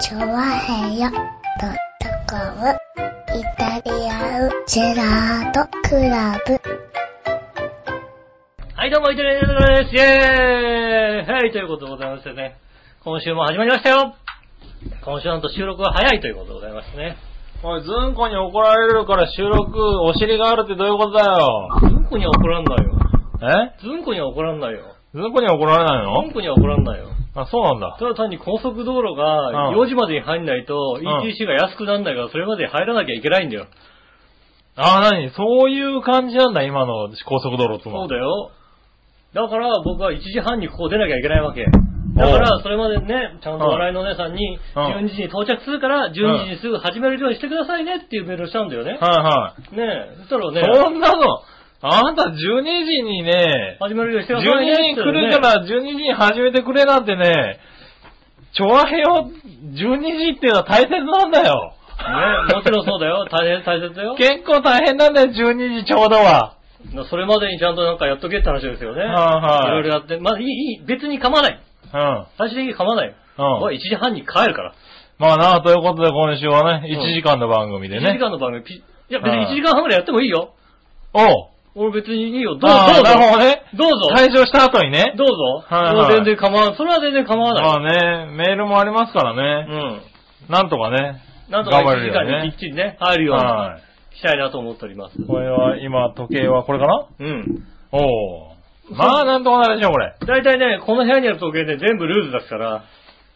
チョワヘヨドットコムイタリアンジェラートクラブ。はい、どうも、イテレーです。イェーイはい、ということでございましてね、今週も始まりましたよ今週なんと収録が早いということでございましてね。おい、ズンコに怒られるから収録、お尻があるってどういうことだよ。ズンコには怒らんないよ。えズンコには怒らんないよ。ズンコには怒られないズンのコには怒らんないよ。あ、そうなんだ。ただ単に高速道路がうん4時までに入んないと、ん ETC が安くなんないから、それまでに入らなきゃいけないんだよ。あ、なにそういう感じなんだ、今の高速道路ってのそはうだよ。だから僕は1時半にここ出なきゃいけないわけ。だから、それまでね、ちゃんと笑いのお姉さんに、うん12時に到着するから、12時にすぐ始めるようにしてくださいねっていうメールをしたんだよね。はいねえ、そしたらはねい。、そんなの、あなた12時にね、始まるようにして12くだ時さいねに来るから12時に始めてくれなんてね、チョアヘヨ12時っていうのは大切なんだよ。ら。 ねもちろんそうだよ。大変、大切だよ。結構大変なんだよ、12時ちょうどは。それまでにちゃんとなんかやっとけって話ですよね。はいはいろいろやって。まあ、いい、いい、別に噛まない。うん。最終的に噛まない。うん僕は1時半に帰るから。まあなあ、ということで今週はね、うん1時間の番組で1ね。時間の番組、ピいや、別にはい1時間半ぐらいやってもいいよ。おう。俺別にいいよ。どうどうぞああなるほどね。どうぞ。退場した後にね。どうぞ。はいもはうい全然構わん。それは全然構わまない。あね、メールもありますからね。うん。なんとかね。なんとか頑張1時れる間よにねきっちりね、入るようはにしたいなと思っております。い。これは、今、時計はこれかなうん。おお。まあ、なんとかなるでしょう、これ。大体ね、この部屋にある時計ね、全部ルーズですから。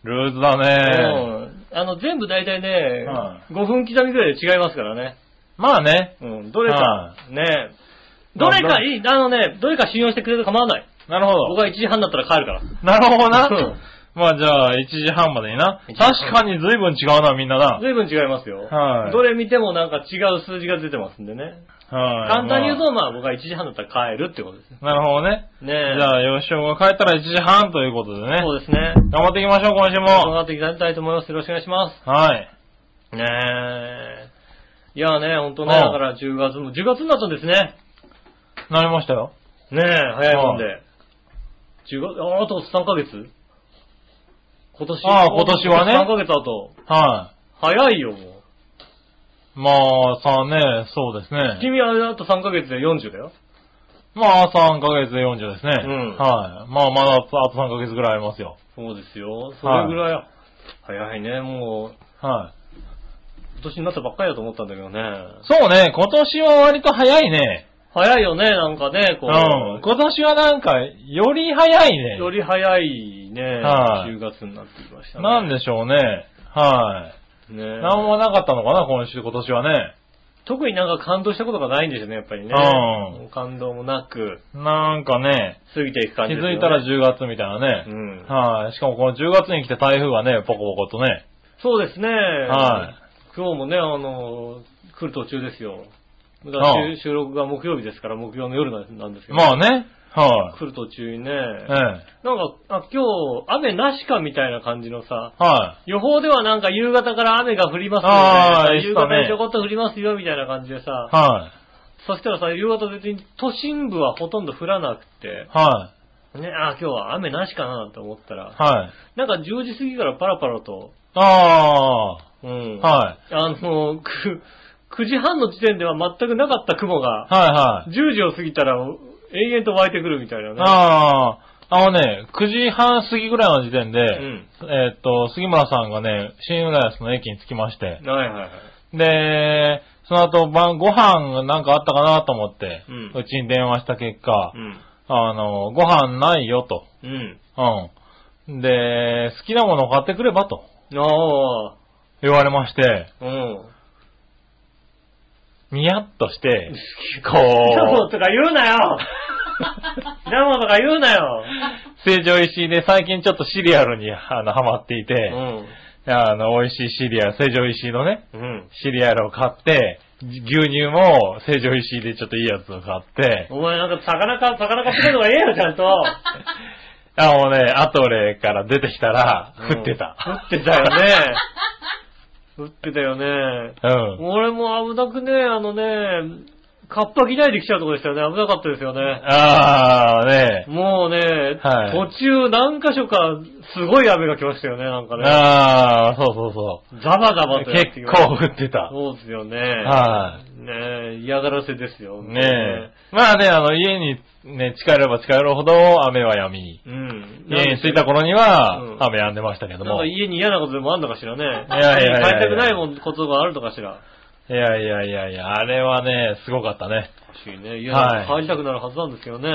ルーズだね。うん。あの、全部大体ね、は5分刻みぐらいで違いますからね。まあね。うん。どれかは、ねどれかいい、あのね、どれか信用してくれると構わない。なるほ僕ど。は1時半だったら帰るから。なるほどうんな。まあじゃあ、1時半までにな1時。半確かに随分違うな、みんなな。随分違いますよ。はいどれ見てもなんか違う数字が出てますんでね。はい。簡単に言うと、まあ僕は1時半だったら帰るってことですよ。まあ。なるほどね。ねじえ。ゃあ、吉尾が帰ったら1時半ということでね。そうですね。頑張っていきましょう、今週も。伺っていただきたいと思います。よろしくお願いしまはい。す。ねえ。いやね、ほんとね、うんだから10月も、10月になったんですね。なりましたよ。ねえ、早いもんで。10月、ああと3ヶ月今年。ああ今年はね3ヶ月後。は早いよ、もい。まあ、さね、そうでう。すね。君はあれだと3ヶ月で40だよ。まあ、3ヶ月で40ですね。うんはい。まあ、まだあと3ヶ月ぐらいありますよ。そうですよ。それぐらい、早いね、もう。は今年になったばっかりだと思ったんだけどね。い。そうね、今年は割と早いね。早いよね、なんかね、うこんう。。今年はなんか、より早いね。より早いね、はい10月になってきましたね。なんでしょうね。はい。ねなんもなかったのかな、今週、今年はね。特になんか感動したことがないんですよね、やっぱりね。うん感動もなく、なんかね、過ぎていく気感じですよづねいたら10月みたいなね。うんはい。しかもこの10月に来て台風がね、ポコポコとね。そうですね。は今日もね、あの、来る途中ですよ。だかうらん収収録が木曜日ですから、木曜の夜なんなんですけど。まあね。はい。来る途中にね、ええ。なんか、あ、今日、雨なしかみたいな感じのさ、はい。予報ではなんか夕方から雨が降りますよあーみたいな。夕言ってたね方にちょこっと降りますよみたいな感じでさ、はそしたらさ、夕方別に都心部はほとんど降らなくてい。、はね、あー今日は雨なしかなと思ったらい。、はい。なんか10時過ぎからパラパラと、あうん。あ。はい。あの、く、9時半の時点では全くなかった雲が、はいはい。 10時を過ぎたら永遠と湧いてくるみたいなね。ああ。あのね、9時半過ぎぐらいの時点で、うん。えーっと、杉村さんがね、新浦安の駅に着きまして、はいはいはい。で、その後晩ご飯がなんかあったかなと思ってう、んうちに電話した結果う、ん。あの、ご飯ないよと。うん。うん。で、好きなものを買ってくればとああ、言われまして、うん。ニヤッと して、こ果物う、とか言うなよ果物とか言うなよ成城石井で最近ちょっとシリアルにあのハマっていて、あの、美味しいシリアル、成城石井のね、うん。うん。シリアルを買って、牛乳も成城石井でちょっといいやつを買って、お前なんか魚か、魚かってるのがええよ、ちゃんと。あのね、アトレから出てきたら、うん降ってた。降ってたよね。降ってたよね。うん。俺も危なくね、あのね、カッパ着ないで来ちゃうとこでしたよね。危なかったですよね。あー、ねもうね、はい途中何箇所かすごい雨が来ましたよね、なんかね。あー、そうそうそザバザバう。とやってき結ました構降ってた。そうですよね。はねえ、嫌がらせですよ。い。ねえ。まあね、あの、家にね、近寄れば近寄るほど雨は止み。うん。家に着いた頃にうはん雨止んでましたけなどんも。かい家に嫌なことでもあんのかしらね。いやいやいやいや帰りたくないもんことがあるのかしら。やいやいやいや、あれはね、すごかったね。欲しいね。家はいに帰りたくなるはずなんですけどね。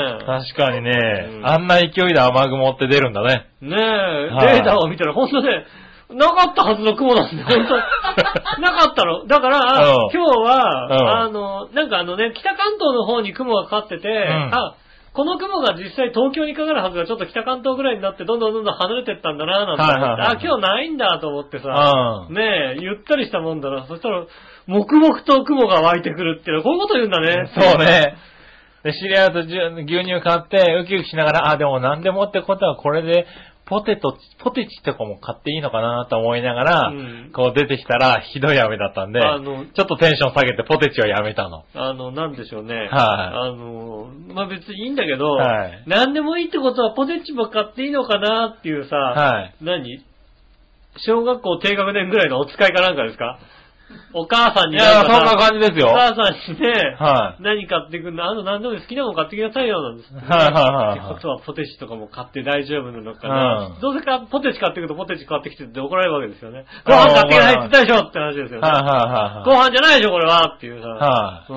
確かにねう、んあんな勢いで雨雲って出るんだね。ねえ、いレーダーを見たら本当ね、なかったはずの雲なんで、 本当なかったの。だからうん、今日は、うんあの、なんかあのね、北関東の方に雲がかかってて、んあ、この雲が実際東京にかかるはずがちょっと北関東ぐらいになってどんどんどんどん離れてったんだな、なんて思って、はいはいはいあ、今日ないんだと思ってさ、うねえ、ゆったりしたもんだな。そしたら、黙々と雲が湧いてくるっていうのは、こういうこと言うんだね。ん。そう。ね。で、知り合いとじゅ牛乳買って、ウキウキしながら、あ、でも何でもってことはこれで、ポテト、ポテチとかも買っていいのかなと思いながら、うんこう出てきたら、ひどい雨だったんで、あのちょっとテンション下げてポテチをやめたの。あの、なんでしょうね。いあの、まあ、別にいいんだけど、はい何でもいいってことはポテチも買っていいのかなっていうさ、はい何小学校低学年ぐらいのお使いかなんかですかお母さんいになや、んそんかさな感じですよ。おはい、母さんにね、はい何買ってくんのあの、何でも好きなもの買ってきなさいよ、なんですってね、はいはいっはていことはポテチとかも買って大丈夫なのかな、うんどうせかポテチ買ってくるとポテチ買ってきてって怒られるわけですよね。ごあー飯買ってきなさいって言ったでしょって話ですよね。はいごはいはい。飯じゃないでしょ、これはっていうさ。は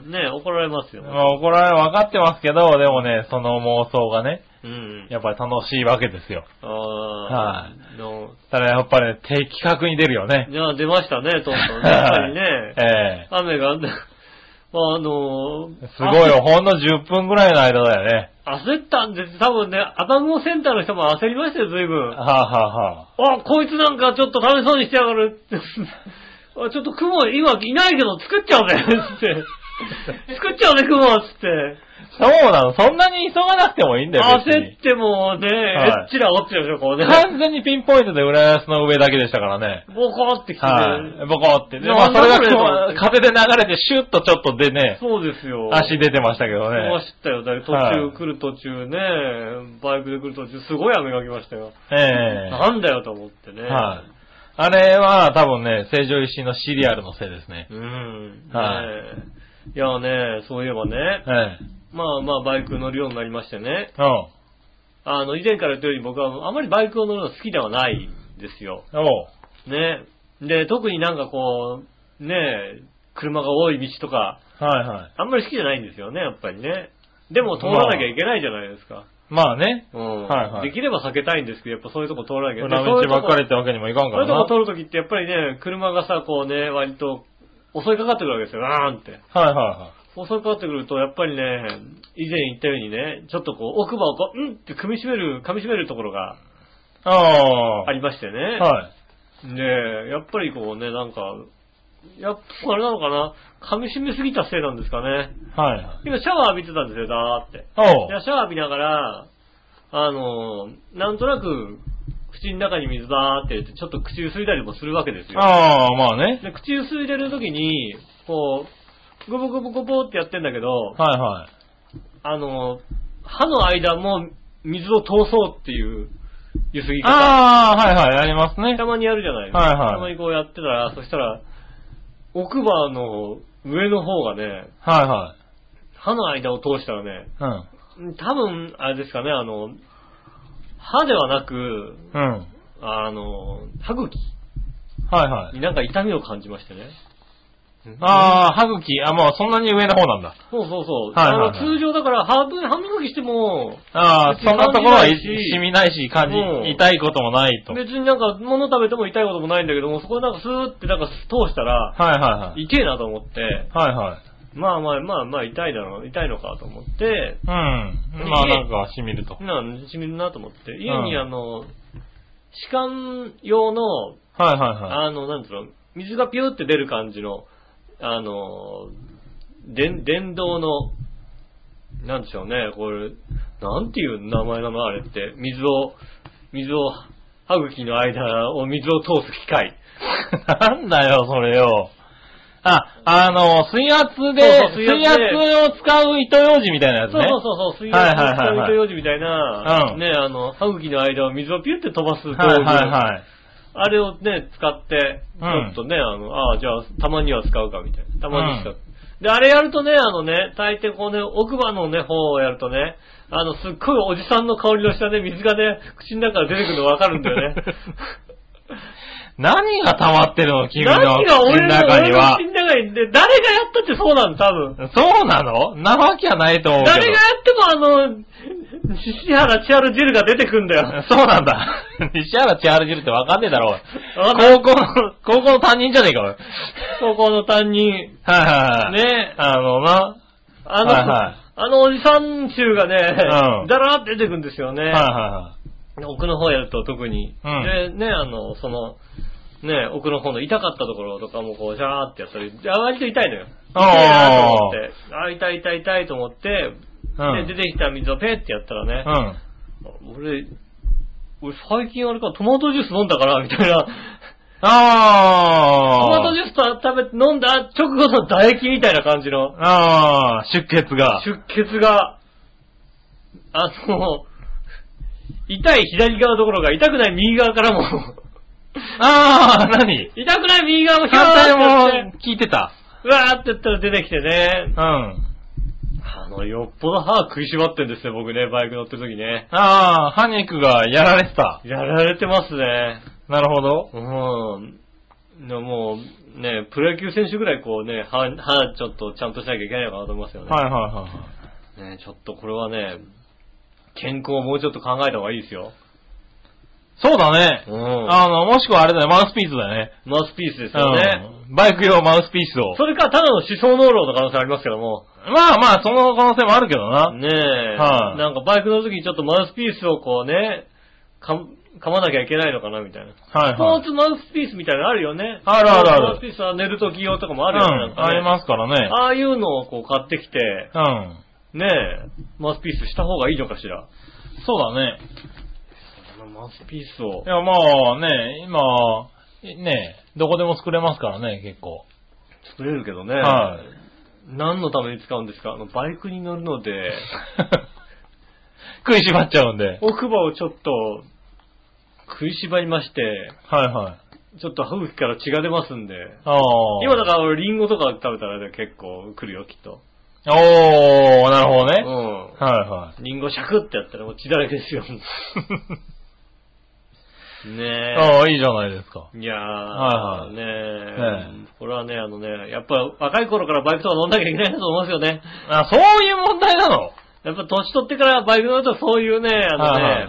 うん。ね怒られますよ。まあ怒られ分かってますけど、でもね、その妄想がね、うん。やっぱり楽しいわけですよ。あはあー。の、ただやっぱり、ね、的確に出るよね。じゃあ出ましたね、とんとん。やっぱりね、 え雨が、まああのえすごいよ、ほんの10分ぐらいの間だよね。焦焦ったんです。多分ね、アタムセンターの人も焦りましたよ、随分。はあ、はあはあ、こいつなんかちょっと楽しそうにしてやがる。あちょっと雲、今いないけど作っちゃう ぜ、つって。作っちゃうね、雲、つって。あ、そうなの、そんなに急がなくてもいいんだよ、別焦にってもね、はいえっちらおっちらでしょ、こうね。完全にピンポイントで浦安の上だけでしたからね。ボコってきてね、はい、ボコって。でまなあ、んそだれがこれこと思ってう風で流れてシュッとちょっとでね、そうですよ。足出てましたけど来まね。したよ。だから途はい中来る途中ね、バイクで来る途中すごい雨が来ましたよ。ええなんだよと思ってね。はい。あれは多分ね、成城石井のシリアルのせいですね。うん。はいねえいやね、そういえばね、ええまあまあバイク乗るようになりましてね、うん。あの、以前から言ったように僕はあまりバイクを乗るの好きではないんですよ。おう。ね。で、特になんかこう、ねえ、車が多い道とか、はいはい。あんまり好きじゃないんですよね、やっぱりね。でも通らなきゃいけないじゃないですか。まあね、うんはいはいできれば避けたいんですけど、やっぱそういうとこ通らなきゃいけな裏い。そういう道とばこっかりってわけにもいかんかそういらうとこな。通るときってやっぱりね、車がさ、こうね、割と襲いかかってくるわけですよ、わーんって。はいは襲いかかってくると、やっぱりね、以前言ったようにね、ちょっとこう、奥歯をこう、うんって噛み締める、噛み締めるところがいはい。ああ。ありましてね。はい。で、やっぱりこうね、なんか、やっぱあれなのかな、噛み締めすぎたせいなんですかね。はい。今シャワー浴びてたんですよ、だーって。おうで。シャワー浴びながら、あのー、なんとなく、口の中に水バーって入れて、ちょっと口ゆすいだりもするわけですよ。ああ、まあね。で、口ゆすいでるときに、こう、ゴボゴボゴボってやってんだけど、はいはい。あのー、歯の間も水を通そうっていう、ゆすぎ方。ああ、はいはい、ありますね。たまにやるじゃないですか。はいはいたまにこうやってたら、そしたら、奥歯の上の方がね、はいは歯の間を通したらね、い。うん。多分、あれですかね、あの、歯ではなく、うん。あの、歯茎はいはい。になんか痛みを感じましてね。ああ、歯茎、あ、もうそんなに上の方なんだ。そうそうそう。はいはいはいあの通常だから歯ぶ歯磨きしても、ああ、別にそんなところは感いじないし染みないし、感じうん、痛いこともないと。はい別になんか物食べても痛いこともないんだけども、そこでなんかスーってなんか通したら、はいはい。痛えなと思って、はいはい。まあまあまあまあ痛いだろう、痛いのかと思って、うん。まあなんか、染みると。なんしみるなと思って、家にうんあの、歯間用の、はいはいはい。あの、なんつうの、水がピューって出る感じの、あの、電、電動の、なんでしょうね、これ、なんていう名前なのあれって。水を、水を、 歯茎の間を水を通す機械。なんだよ、それよ。あ、あの、水圧そでう、そう水水圧で圧を使う糸ようじみたいなやつそうね。そうそうそう、水圧はいはいはいはいの糸ようじみたいな、うんね、あの、歯茎の間を水をピュって飛ばす道具、はいはいはい。あれをね、使って、ちうんょっとね、あの、ああ、じゃあ、たまには使うか、みたいな。たまにしか。で、あれやるとね、あのね、大抵こうね、奥歯のね、方をやるとね、あの、すっごいおじさんの香りのしたね、水がね、口の中から出てくるのわかるんだよ ね。何が溜まってるの君の何が口俺のの、中俺にのは口。の中に、で、誰がやったってそうなの、多分。そうなのなわけはないと思うけど。誰がやってもあの、西原千春汁が出てくんだよ。 そうなんだ。西原千春汁ってわかんねえだろ、おいわかんない高校の、高校の担任じゃねえか、おいはい高校の担任。はいはい。ねあのな、あの、はいはいあのおじさん中がね、うんだらーって出てくんですよね。はいは奥の方やると特に。うんで、ね、あの、その、ね、奥の方の痛かったところとかもこう、ジャーってやったり、あ割と痛いのよ。あ痛ーいなと思って、あー痛い痛い痛いと思って、いはい。うん。で、出てきた水をペってやったらね、うん。俺、俺最近あれか、トマトジュース飲んだから、みたいな。トあマー。トジュースと食べ、飲んだ直後の唾液みたいな感じの、あー、出血が。出血が、あの、痛い左側どころか、痛くない右側から も、あー、何痛くない右側もひょ反対ーってやって、も聞いてた。うわーってやったら出てきてねう。ん。あの、よっぽど歯食いしばってんですね、僕ね、バイク乗ってる時ね。あー、歯肉がやられてた。やられてますね。なるほど。うん。でもう、ね、プロ野球選手ぐらいこうね、歯、歯ちょっとちゃんとしなきゃいけないのかなと思いますよね。はいはいはいはい。ね、ちょっとこれはね、健康をもうちょっと考えた方がいいですよ。そうだね。うん。あの、もしくはあれだね、マウスピースだね。マウスピースですよね。うん。バイク用マウスピースを。それか、ただの思想濃炉の可能性ありますけども。まあまあ、その可能性もあるけどな。ねえ。はいなんかバイクの時にちょっとマウスピースをこうね、か、噛まなきゃいけないのかな、みたいな。はいスポはーい。ツマウスピースみたいなのあるよね。あるあるあるマウスピースは寝る時用とかもああるよね。なんうかん、ねありますからね。ああいうのをこう買ってきて、うん。ねえ、マウスピースした方がいいのかしら。そうだね。そのマウスピースをい。や、まあね、今、ね、どこでも作れますからね、結構。作れるけどね。は何のために使うんですかあの、バイクに乗るので、 食いしばっちゃうんで。はい奥歯をちょっと、食いしばりまして、はい。ちょっと歯茎から血が出ますんで、ああ。今だから俺リンゴとか食べたらね結構来るよ、きっと。おー、なるほどうね。ん。はいはい。リンゴシャクってやったらもう血だらけです よ。ねえ。ああ、いいじゃないですか。いやー、はいはいねええ、これはね、あのね、やっぱ若い頃からバイクとか乗んなきゃいけないなと思うんですよね。あ、そういう問題なのやっぱ年取ってからバイク乗るとそういうね、あのね、はいはい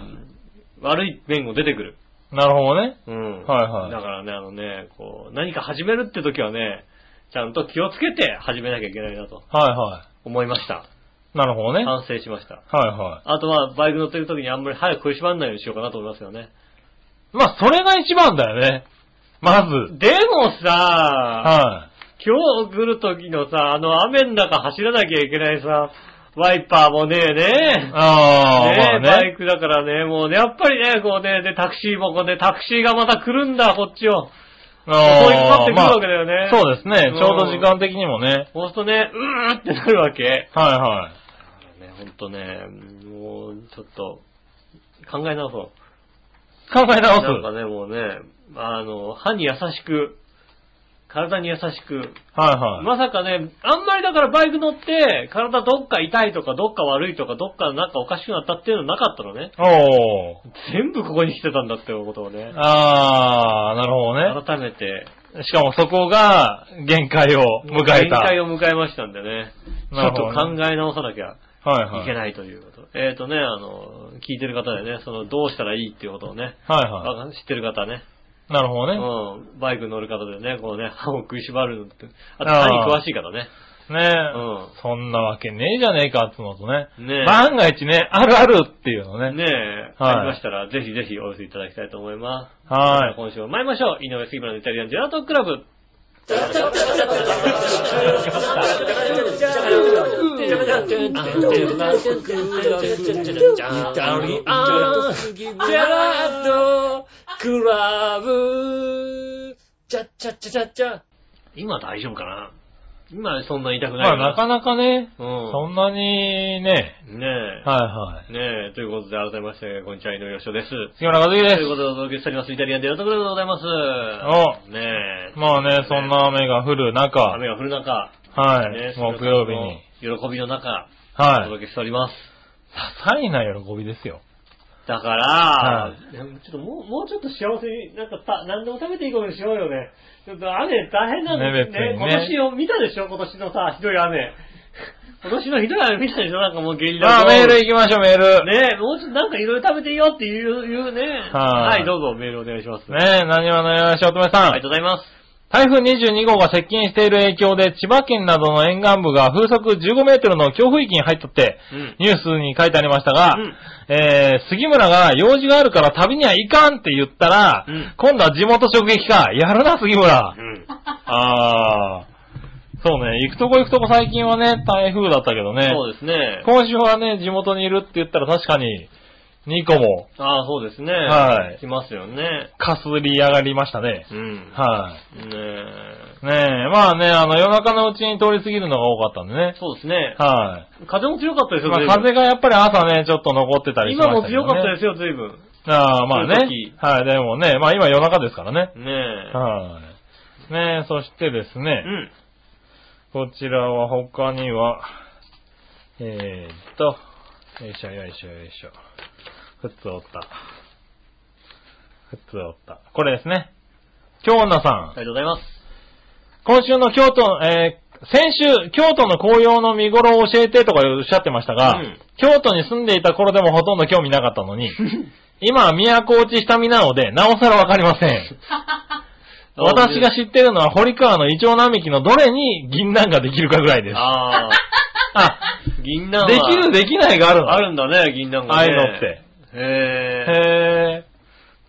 悪い面も出てくる。なるほどね。うん。はいはいだからね、あのね、こう、何か始めるって時はね、ちゃんと気をつけて始めなきゃいけないなとはいは思いました。い。なるほどね。はい反省しました。はあとは、バイク乗ってる時にあんまり早く食いしばんないようにしようかなと思いますよね。い。まあ、それが一番だよね。まず。でもさ、は今日来る時のさ、あの雨の中走らなきゃいけないさ、ワイパーもねえねい。。あねあ、え、バまあイね。クだからね、もうね、やっぱりね、こうね、で、タクシーもこうね、タクシーがまた来るんだ、こっちを。ここにあ立ってくるわけだよねまあそうですねう。んちょうど時間的にもね。そうするとね、うーってなるわけ。はいはい。ね、ほんとね、もう、ちょっと、考え直そう。考え直す。なんかね、もうね、あの、歯に優しく、体に優しく、はいはい。まさかね、あんまりだからバイク乗って、体どっか痛いとか、どっか悪いとか、どっかなんかおかしくなったっていうのなかったのね。おー。全部ここに来てたんだってことをね、ああ、なるほど改めて、ね。しかもそこが限界を迎え限た。界を迎えましたんでね。ちょなっるとほど考ねえ直さなきゃはいはい。いけないということ。えっ、とね、あの、聞いてる方でね、その、どうしたらいいっていうことをね、はいはわか知ってる方ね、い。なるほどね。うん、バイク乗る方でね、こうね、歯を食いしばるのって、あとあ歯ーに詳しい方ね。ねえ、うんそんなわけねえじゃねえか、つうのとね。ねえ万が一ね、あるあるっていうのね。ねえ、はいありましたら、ぜひぜひお寄せいただきたいと思います。はーい。今週も参りましょう。井上杉村のイタリアンジェラートクラ ブ。 Gerardo Club. Cha cha cha cha cha. 今大丈夫かな今そんな痛くないまかあな。なかなかね、うんそんなにね、ねえ。はいはい。ねえ、ということで改めまして、こんにちは、井上芳雄です。杉村和樹ですという。ことでお届けしております、イタリアンデラトクルでございます。おねえ。まあね、そんな雨が降る中、雨が降る中、はねい、木曜日に。。喜びの中、おはい。届けしております。些細な喜びですよ。だから、はいちょっともう、もうちょっと幸せに、なんかた、何でも食べていこうにしようよね。ちょっと雨大変なのね別にね今年を見たでしょ今年のさ、ひどい雨。 今年のひどい雨見たでしょなんかもうゲリまラあ豪雨メール行きましょう、メール。ねねもうちょっとなんかいろいろ食べていいよっていう、言うね。はいどうぞメールお願いします。え、何はなにわしおとめあさりがんと。うございます。台風22号が接近している影響で、千葉県などの沿岸部が風速15メートルの強風域に入っとって、うん。ニュースに書いてありましたが、うんえー、杉村が用事があるから旅には行かんって言ったら、うん今度は地元直撃か。やるな、杉村う。ん。あー。そうね、行くとこ行くとこ最近はね、台風だったけどね。そうですね。今週はね、地元にいるって言ったら確かに、2個も、ああ、そうですね。はい来ますよね。かすり上がりましたね。うん。はねえ。い。ねえ、まあね、あの、夜中のうちに通り過ぎるのが多かったんでね。そうですね。は風も強かったでい。すよ、まあ、随分風がやっぱり朝ね、ちょっと残ってたりしま今したもけど、強ね。かったですよ、随分。ああ、まあそのね時。はい、でもね、まあ今夜中ですからね。ねえ。はい。ねえ、そしてですね、うん。こちらは他には、えー、っと、よいしょよいしょよいしょ。ふつおった。ふつおった。これですね。京女さんあ。りがとうございます。今週の京都、えー先週、京都の紅葉の見頃を教えてとかおっしゃってましたが、うん京都に住んでいた頃でもほとんど興味なかった のに、今は都落ちした身なので、なおさらわかりません。私が知ってるのは堀川のイチョウ並木のどれに銀杏ができるかぐらいです。ああ。 あ、銀杏はできるできないがあるのあるんだね、銀杏あが、あいね。うのって。へえ。へ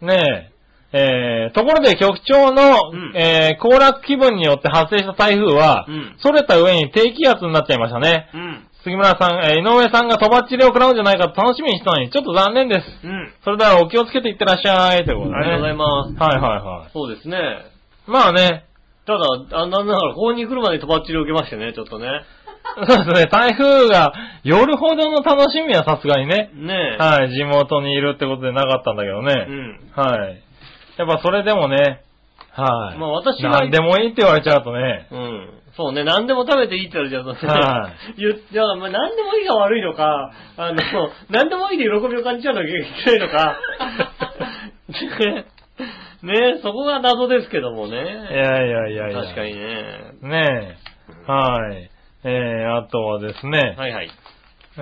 ー。ねえ。えー、ところで局長の、うんえー、行楽気分によって発生した台風は、うんそれた上に低気圧になっちゃいましたね。うん。杉村さん、えー、井上さんがとばっちりを食らうんじゃないかと楽しみにしたのに、ちょっと残念です。うん。それではお気をつけていってらっしゃい、ということで、ね。ありがとうございます。はいはいはそうですね。い。まあね、 ただ、あなんなら、ここに来るまでとばっちりを受けましてね、ちょっとね。そうですね、台風が夜ほどの楽しみはさすがにね、ねえ。はい、地元にいるってことでなかったんだけどね。うん。はい。やっぱそれでもね、はい。まあ私が何でもいいって言われちゃうとね、うん。そうね、何でも食べていいって言われちゃうとね。。はい言っちゃう、まあ、何でもいいが悪いのか、あ の、何でもいいで喜びを感じちゃうのがいけないのか。ねねそこが謎ですけどもいね。やいやいやいや。確かにね。ねえ。はい。えー、あとはですね、はいはい。えー、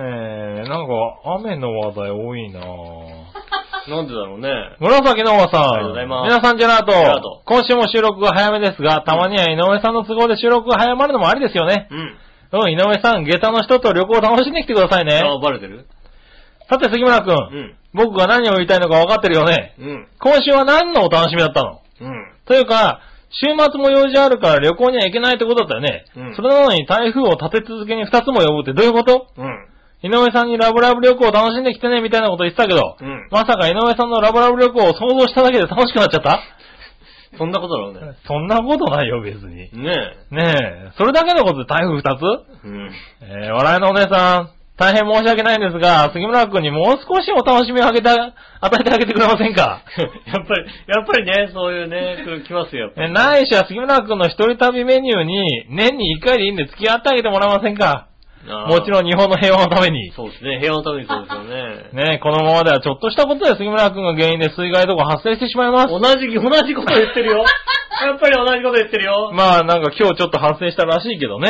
なんか雨の話題多いなぁ。なんでだろうね。紫のおばさん。ありがとうございます皆さん、ジェラージト。ェラート今週も収録が早めですが、たまには井上さんの都合で収録が早まるのもありですよね。うん。うん、井上さん、下駄の人と旅行を楽しんできてくださいね。あ、バレてるさて、杉村くん。うん。僕が何を言いたいのか分かってるよね。うん。今週は何のお楽しみだったのうん。というか、週末も用事あるから旅行には行けないってことだったよね。うんそれなのに台風を立て続けに2つも呼ぶってどういうことうん。井上さんにラブラブ旅行を楽しんできてねみたいなこと言ってたけど、うんまさか井上さんのラブラブ旅行を想像しただけで楽しくなっちゃったそんなことだろうね。 そんなことないよ、別に。ねねえ、それだけのことで台風2つえ。うん。 えー、笑いのお姉さん、大変申し訳ないんですが、杉村君にもう少しお楽しみをあげて、与えてあげてくれませんかやっぱり、やっぱりね、そういうね、来る来ますよ。え、ないしは杉村君の一人旅メニューに、年に1回でいいんで付き合ってあげてもらえませんかあーもちろん日本の平和のために。そうですね、平和のためにそうですよね。ねえこのままではちょっとしたことで杉村君が原因で水害とか発生してしまいます。同じ、同じこと言ってるよ。やっぱり同じこと言ってるよ。 まあなんか今日ちょっと発生したらしいけどね。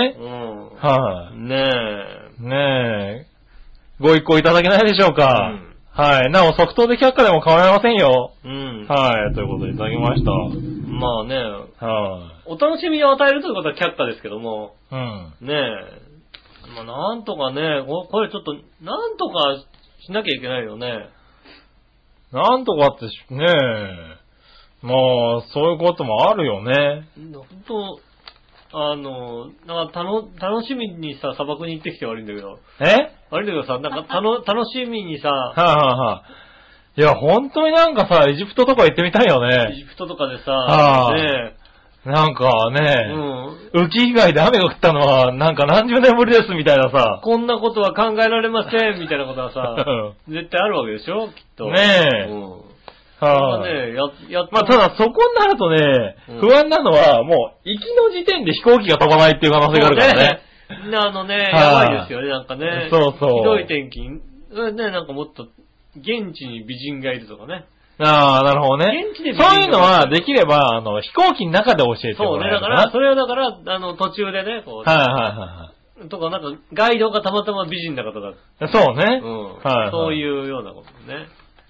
はい、うん。ねえ。ねえ、ご一行いただけないでしょううか、んはい。なお、即答で却下でも構いませんよ。うん。はい。ということでいただきました。まあね、はい、お楽しみを与えるということは却下ですけども、うん。ねえ。まあなんとかね、ここれちょっと、なんとかしなきゃいけないよね。なんとかってしねえ。まあ、そういうこともあるよね。本当あの、なんか楽、楽しみにさ、砂漠に行ってきて悪いんだけど、えはい、悪いんだけどさ、なんか、たの、楽しみにさ、はいはい。いや、本当になんかさ、エジプトとか行ってみたいよエね。ジプトとかではさ、あねえ、なんかうね、ん。浮き以外で雨が降ったのは、なんか何十年ぶりですみたいなさ。こんなことは考えられま せん、みたいなことはさ、絶対あるわけでしょきっと。ねえうん。まあはい、ね、や、やっ まあただそこになるとね、うん不安なのは、もう、行きの時点で飛行機が飛ばないっていう可能性があるからね。そうね。あのね、やはいばいですよね、なんかね。そうそうひどい天気に、うんね、なんかもっと、現地に美人がいるとかね。ああ、なるほどね現地で。見るそういうのは、できれば、あの、飛行機の中で教えてそもうね、らえだるかから、な。それはだから、あの、途中でね、こう、はいはいはいとか、なんか、ガイドがたまたま美人な方だっはい。そうた。ね。うん。はいはい。。そういううようなことね。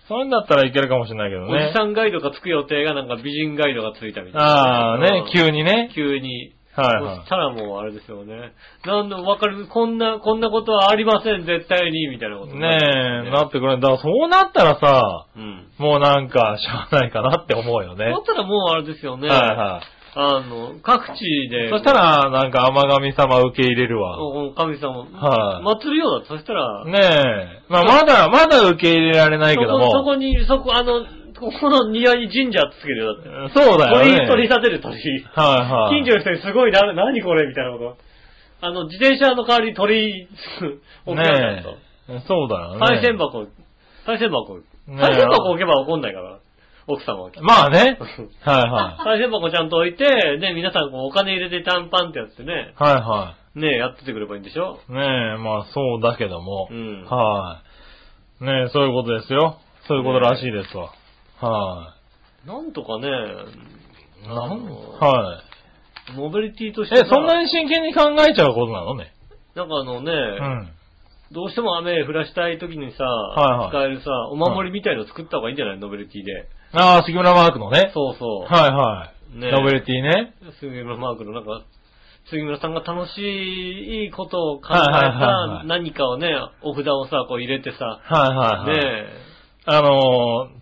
そういうんだったらいけるかもしれないけどおじね。さんガイドがつく予定が、なんか美人ガイドがついたみたいな。ああ、ね、急にね。急に。はいそはしたらもうあれですよね。なんでもわかる、こんな、こんなことはありません、絶対に、みたいなことい。にねなえ、るなってくれだからそうなったらさ、うん。もうなんか、しゃあないかなって思うよねそ。したらもうあれですよね。はいはあの、各地で。い。そしたら、なんか、甘神様受け入れるわ。お、お神様。はい祭るようだ。そしたら。ねえ。まあ、まだ、まだ受け入れられないけどそこそこも。に、そこ、あの、ここの庭に神社つけるようだって。そうだよ鳥、ね。鳥立てる鳥。はいはい。近所の人にすごいな、何これみたいなこと。あの、自転車の代わりに鳥、置きなさいと。ねえ。そうだよね。再銭箱、再銭箱、え再銭箱置けば怒んないから、奥様は。 まあね。はいは再銭箱ちゃんと置いて、ね、皆さんこうお金入れて短パンってやってねい。、はいはね、やっててくればいいんでしょい。ねえ、まあそうだけども。うんはい。ねえ、そういうことですよ。そういうことらしいですわ。はなんとかね、い。あなんのはい。モビリティとしてえさ、そんなに真剣に考えちゃうことなのね。なんかあのね、うん。どうしても雨降らしたい時にさ、はいはい使えるさ、お守りみたいの作った方がいいんじゃないノベルティで。ああ、杉村マークのね。そうそう。はいはい。ねえノベルティね。杉村マークのなんか、杉村さんが楽しいいいことを考えはいはいはいはたい何かをね、お札をさ、こう入れてさ、はいはいねはい。え。あのー、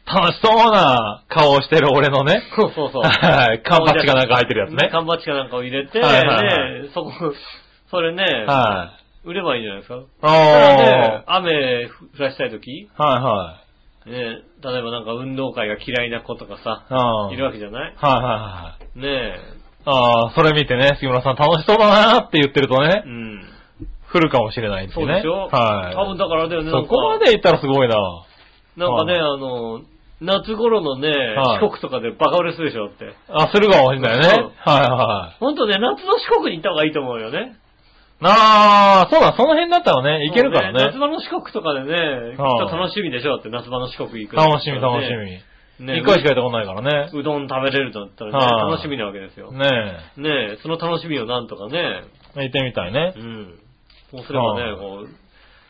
楽しそうな顔をしてる俺のね。そうそうそう。はい。缶バッチかなんか入ってるやつね。缶バッチかなんかを入れて、はいはいねえそこ、それね、はい。売ればいいんじゃないですか。おー。それねは雨降らしたい時いはねえ例えばなんか運動会が嫌いな子とかさ、い。うん。いるわけじゃないはいはいはい。ねえ。ああ、それ見てね、杉村さん楽しそうだなーって言ってるとねう、ん。来るかもしれないってそいううね。でしょはい。多分だからだよね、なんそかこまで行ったらすごいななんかね、はいあの、夏頃のね、はい四国とかでバカ売れするでしょだって。あ、するかもしれないねそう。はいはい。ほんとね、夏の四国に行った方がいいと思うよね。ああ、そうだ、その辺だったらね、行けるからそう夏ね。場の四国とかでね、きっとはい楽しみでしょだって夏場の四国行くの楽しみ楽しねみ。ね一回しか行ったことないからね。うどん食べれるとなったらはね、い楽しみなわけですよ。ねねえ、その楽しみをなんとかね、え、行ってみたいねう。ん。そうすればはね、いこう、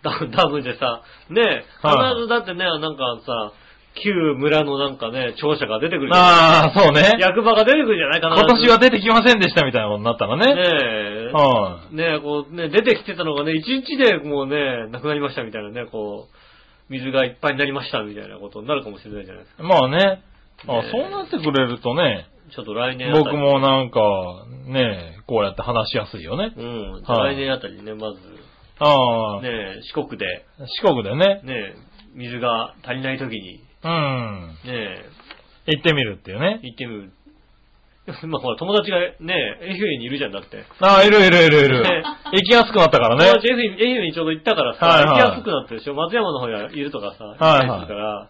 ダムダムでさ、ねえ、はい必ずだってね、なんかさ、旧村のなんかね、庁舎が出てくるじゃないああ、そうね。役場が出てくるじゃないかな。今年は出てきませんでしたみたいなことになったらね。ねえ、はねえ、こうね、出てきてたのがね、一日でもうね、なくなりましたみたいなね、こう、水がいっぱいになりましたみたいなことになるかもしれないじゃないですか。い。まあね。あねえそうなってくれるとね、ちょっと来年あたり僕。もなんか、ねえ、こうやって話しやすいよね。うん、は来い年あたりね、まず、ああ、ねえ、四国で、四国でね、ねえ、水が足りない時に、うん、ね行ってみるっていうえ、ね。行ってみる。 まあほら、友達がねえ、愛媛にいるじゃんだって。ああ、いるいるいるい るね。行きやすくなったから友ね。達愛媛愛媛にちょうど行ったからさ、はいはい行きやすくなったでしょ松山の方にいるとかさ、はい行はいったりするから、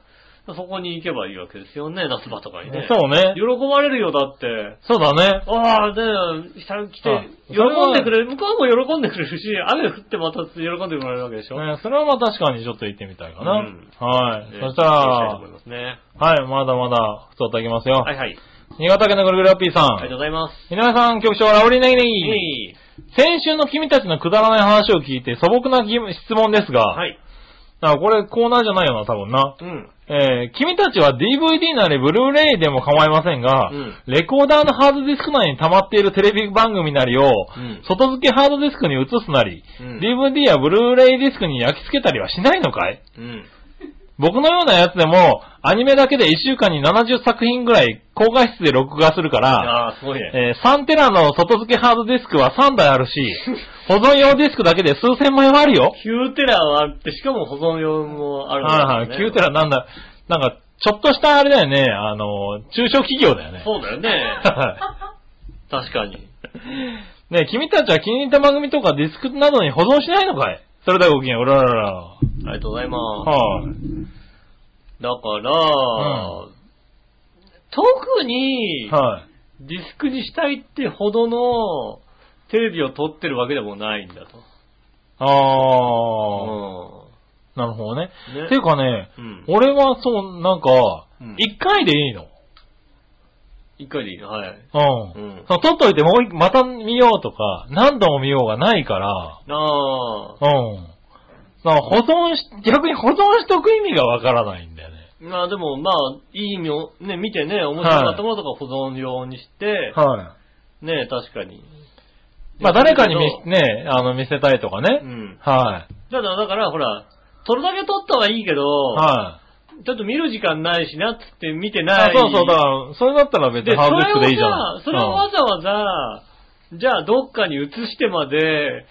そこに行けばいいわけですよね、夏場とかにね。そうね喜。ばれるよ、だって。そうだね。ああ、ねえ、下に来てはい、喜んでくれる。向こうも喜んでくれるし、雨降ってまた喜んでもらえるわけでしょ。ねそれはまあ確かにちょっと行ってみたいかな。うんはい。ねそ行きたいしたとら思い、ますね。はい、まだまだ、普通いただきますよ。はいはい。新潟県のぐるぐるラッピーさ。ありがとうんございます。皆さん、局長、ラブリーネギネギ。いい先週の君たちのくだらない話を聞いて素朴な疑問質問ですが、はい。あこれコーナーじゃないよな、多分な。うん。えー君たちは DVD なりブルーレイでも構いませんが、うんレコーダーのハードディスク内に溜まっているテレビ番組なりを、うん外付けハードディスクに移すなり、うん DVD やブルーレイディスクに焼き付けたりはしないのかいうん。僕のようなやつでも、アニメだけで1週間に70作品ぐらい高画質で録画するから、ああ、すごいね。えー3テラの外付けハードディスクは3台あ るし、保存用ディスクだけで数千枚はあるよ。 9テラはあって、しかも保存用もあるんはいだはい。よね9テラなんだ、なんか、ちょっとしたあれだよね、あの、中小企業だよね。そうだよね。は確かに。 ねえ君たちは気に入った番組とかディスクなどに保存しないのかいそれではごきげんよう、うららら。ありがとうございます。はい、だから、う特に、はい、ディスクにしたいってほどのテレビを撮ってるわけでもないんだと。あー、なるほどね。ねていうかね、うん。うん。俺はそう、なんかうん、一、回でいいの。一回でいいのはい。う。うんんその撮っといてもう一また見ようとか、何度も見ようがないから、あうん。だから保存し、逆に保存しとく意味がわからないんだよね。あ。まあでも、まあ、いい意味を、ね、見てね、面白かったものとか保存用にして、はね、確かに。まあ誰かに見だけど、ね、あの、見せたいとかうね。ん。はい。ただ、だから、ほら、撮るだけ撮ったはいいけど、はい。ちょっと見る時間ないしなっつって見てあない。そうそう、だから、それだったら別で、にハードディスそれクでをいいじゃなさ、い。それをわざわざ、じゃあどっかに移してまで、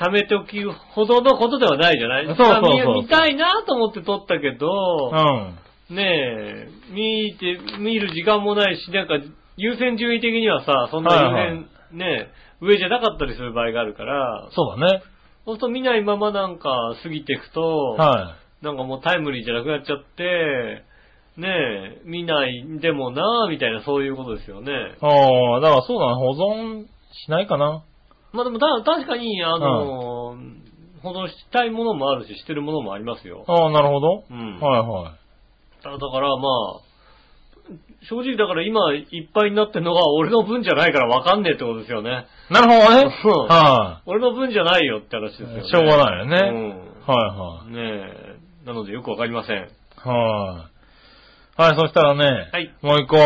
貯めておきほどのことではないじゃないそうそうそうまあ見見たいなと思って撮ったけど、うん。うん。ねえ、見て、見る時間もないし、なんか、優先順位的にはさ、そんな優先、はいはいねえ、上じゃなかったりする場合があるから、そうだね。そうすると見ないままなんか過ぎていくと、はなんかもうタイムリーじゃなくなっちゃって、ねえ、見ないでもなあみたいなそういうことですよね。い。ああ、だからそうだな、保存しないかな。まあでもた確かに、あの保存したいものもあるし、してるものもありますよ。ああ、なるほど。うんはいはい。だだからまあ、正直だから今いっぱいになってるのが俺の分じゃないからわかんねえってことですよね。なるほどね。うんは俺の分じゃないよって話ですよね。しょうがないよねい。うはん。ねえ。なのでよくわかりません。いはい。はい。はい、そしたらね、はいもう一個、ん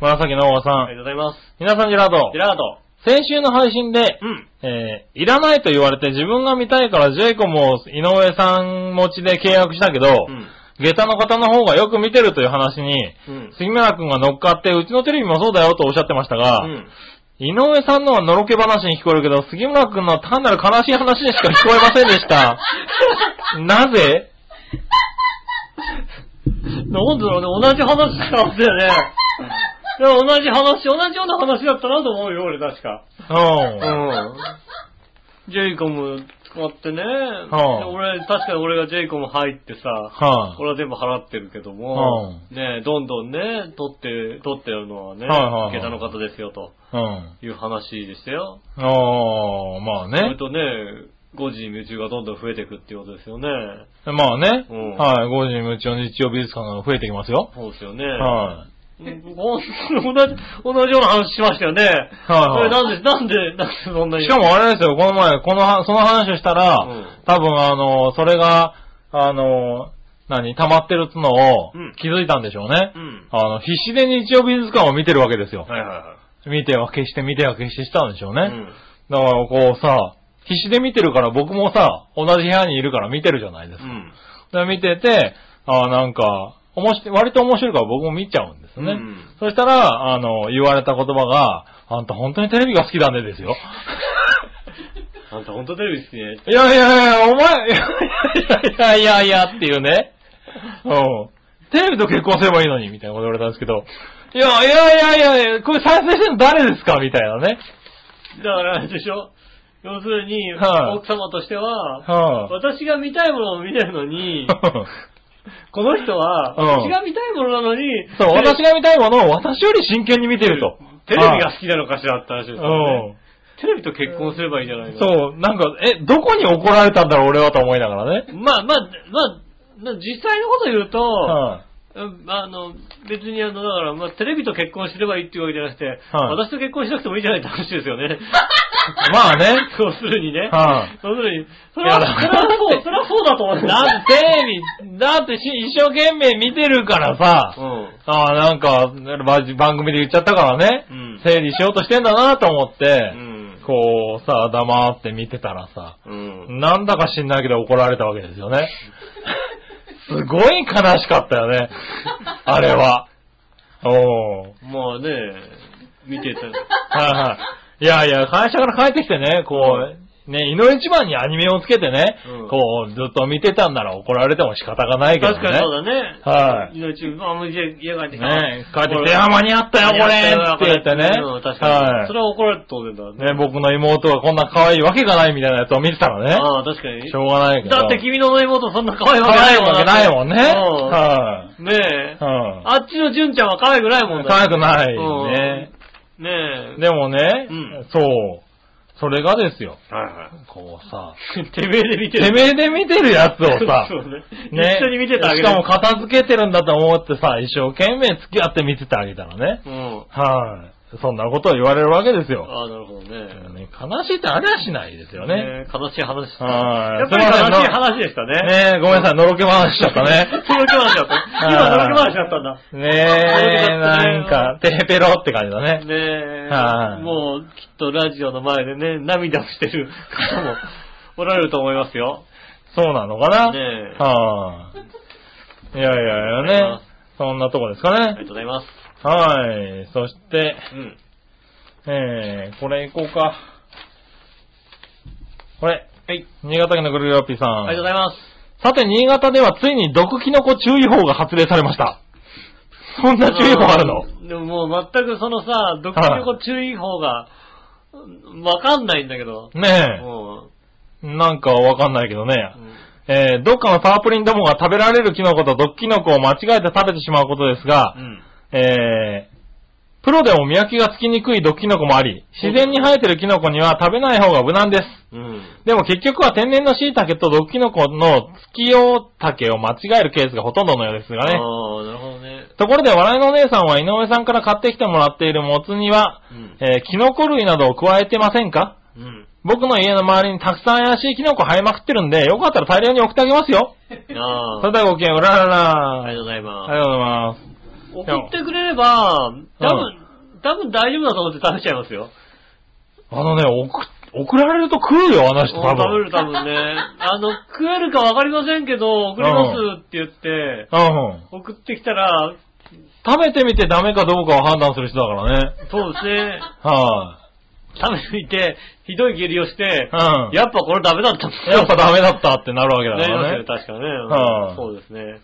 紫のおばさありがん、とうございます。皆さんジェラードジェ、ラート。先週の配信で、うん。えー、いらないと言われて自分が見たいからジェイコムを井上さん持ちで契約したけど、うん。下駄の方の方がよく見てるという話に、うん。杉村くんが乗っかって、うちのテレビもそうだよとおっしゃってましたが、うん井上さんのはのろけ話に聞こえるけど、杉村くんのは単なる悲しい話にしか聞こえませんで した。なぜなんだろうね、同じ話したはずだよ ね。でも同じ話、同じような話だったなと思うよ、俺確か。う。うんん。ジェイコム使ってね。あで俺、確かに俺がジェイコム入ってさ、は俺は全部払ってるけども、ねどんどんね、取って、取ってるのはね、はいはいはい下駄の方ですよ、とい、うん。いう話でしたよ。ああ、まあそれね。とね、5時に夢中がどんどん増えていくっていうことですよね。まあね。うんはい。5時に夢中の日曜美術館が増えてきますよ。そうですよね。はい、うん同じ、同じような話しましたよね。そはいれなんで、なんで、なんでそんなに。しかもあれですよ、この前、このは、その話をしたら、うん多分あの、それが、あの、何、溜まってるのをうん気づいたんでしょうね。うん。あの、必死で日曜美術館を見てるわけですよ。はいは見ては消して、見ては消してしたんでしょうね。いはい。うんだからこうさ、必死で見てるから僕もさ、同じ部屋にいるから見てるじゃないですうか。ん。だから見てて、あーなんか、おもし、割と面白いから僕も見ちゃうんですね。うんそしたら、あの、言われた言葉が、あんた本当にテレビが好きだねですよ。 あんた本当テレビ好きね。いやいやいや、お前、いやいやいやいやっていうね。うん。テレビと結婚すればいいのに、みたいなこと言われたんですけど、いやいやいやいや、これ再生してるの誰ですかみたいなね。だからあれでしょ要するに、はい奥様としては、は私が見たいものを見てるのにい、この人は、うん私が見たいものなのに、そう、テレ私が見たいものを私より真剣に見てると。テレビが好きなのかしらって話ですよはね。テレビと結婚すればいいじゃないいうん。の。そう、なんか、え、どこに怒られたんだろう、俺はと思いながらね。まあまあ、まあ、まあ実際のこと言うと、はうんあの、別にあの、だから、まあ、テレビと結婚すればいいっていうわけじゃなくて、はい私と結婚しなくてもいいじゃないって話ですよ ね。いまあね。要するにね。はい要するに、それいやは、だそれはだっそう、てそれはそうだと思 うんだってテレビ、だってし一生懸命見てるからさ、うん。ああ、なんか、ば番組で言っちゃったからね、うん整理しようとしてんだなと思ってう、ん。こうさ、黙って見てたらさ、うん。なんだか知んないけど怒られたわけですよ ね。すごい悲しかったよね。あれは。おー。まあね、見てた。 はいはい。いやいや、会社から帰ってきてね、こう、ね、井の一番にアニメをつけてね、うんこう、ずっと見てたんなら怒られても仕方がないけどね。確かにそうだね。はい命、あ、もう家家帰ってきた。ね帰ってきて、あ、間に合ったよ、これって言ってね。うん確かに。そはれは怒られて当然だい。ね、僕の妹がこんな可愛いわけがないみたいなやつを見てたらね、ああ、確かにし。ょうがないけど。だって君の妹そんな可愛い可わけな愛いいもんわけないもんね。うはい。んねえ。うん。あっちの純ちゃんは可愛くないもんだ可愛くないねうんねえ。でもね、うんそう。それがですよ。はいはこうさ、い。てめえで見てる。、てめえで見てるやつをさ そうね。一緒に見ててあげしる。かも片付けてるんだと思ってさ、一生懸命付き合って見ててあげたらね。うん。はい。そんなことを言われるわけですよ。ああ、なるほどね。ね悲しいってありゃしないですよね。え悲しい話でした。はいやっぱり悲しい話でしたね。ねえ、ごめんなさい、のろけ話しちゃった ね。届け話だった。今 はい届け話だったんだ。ねえ、なんか、テヘペロって感じだね。ねえ、はいもうきっとラジオの前でね、涙をしてる方もおられると思いますよ。そうなのかなねえはい。いやいやいありがとうございやまね。そんなとこですあかりがとね。うございます。はい。そして、うん。えー、これいこうか。これ。はい。新潟県のぐるぐるよっぴーさん。ありがとうございます。さて、新潟ではついに毒キノコ注意報が発令されました。そんな注意報あるのでももう全くそのさ、毒キノコ注意報が、うんわかんないんだけど。ねもえ。なんかわかんないけどね。ううん、えー、どっかのパープリンどもが食べられるキノコと毒キノコを間違えて食べてしまうことですがう、ん。えー、プロでも見分けがつきにくい毒キノコもあり、自然に生えてるキノコには食べない方が無難です。うん。でも結局は天然の椎茸と毒キノコの月用茸を間違えるケースがほとんどのようですあがあね。ー、なるほどね。ところで、笑いのお姉さんは井上さんから買ってきてもらっているもつ煮は、うん。えーキノコ類などを加えてませんかうん。僕の家の周りにたくさん怪しいキノコ生えまくってるんで、よかったら大量に送ってあげますよ。あそあれ。ではごきげんよう、うらららありがとうございます。ありがとうございます。送ってくれれば、多う分、多分大丈夫だと思って食べちゃいますよ。あのね、送、送られると食うよ、あの人多食べる分。多分ね。 あの、食えるかわかりませんけど、送りますって言って、うん。送ってきたら、食べてみてダメかどうかを判断する人だからね。そうですね、は食べてみて、ひどい下痢をしてい、、うん。やっぱこれダメだったんですよやっぱダメだったってなるわけだなかりますらよねね、。確かね。はいそうですね。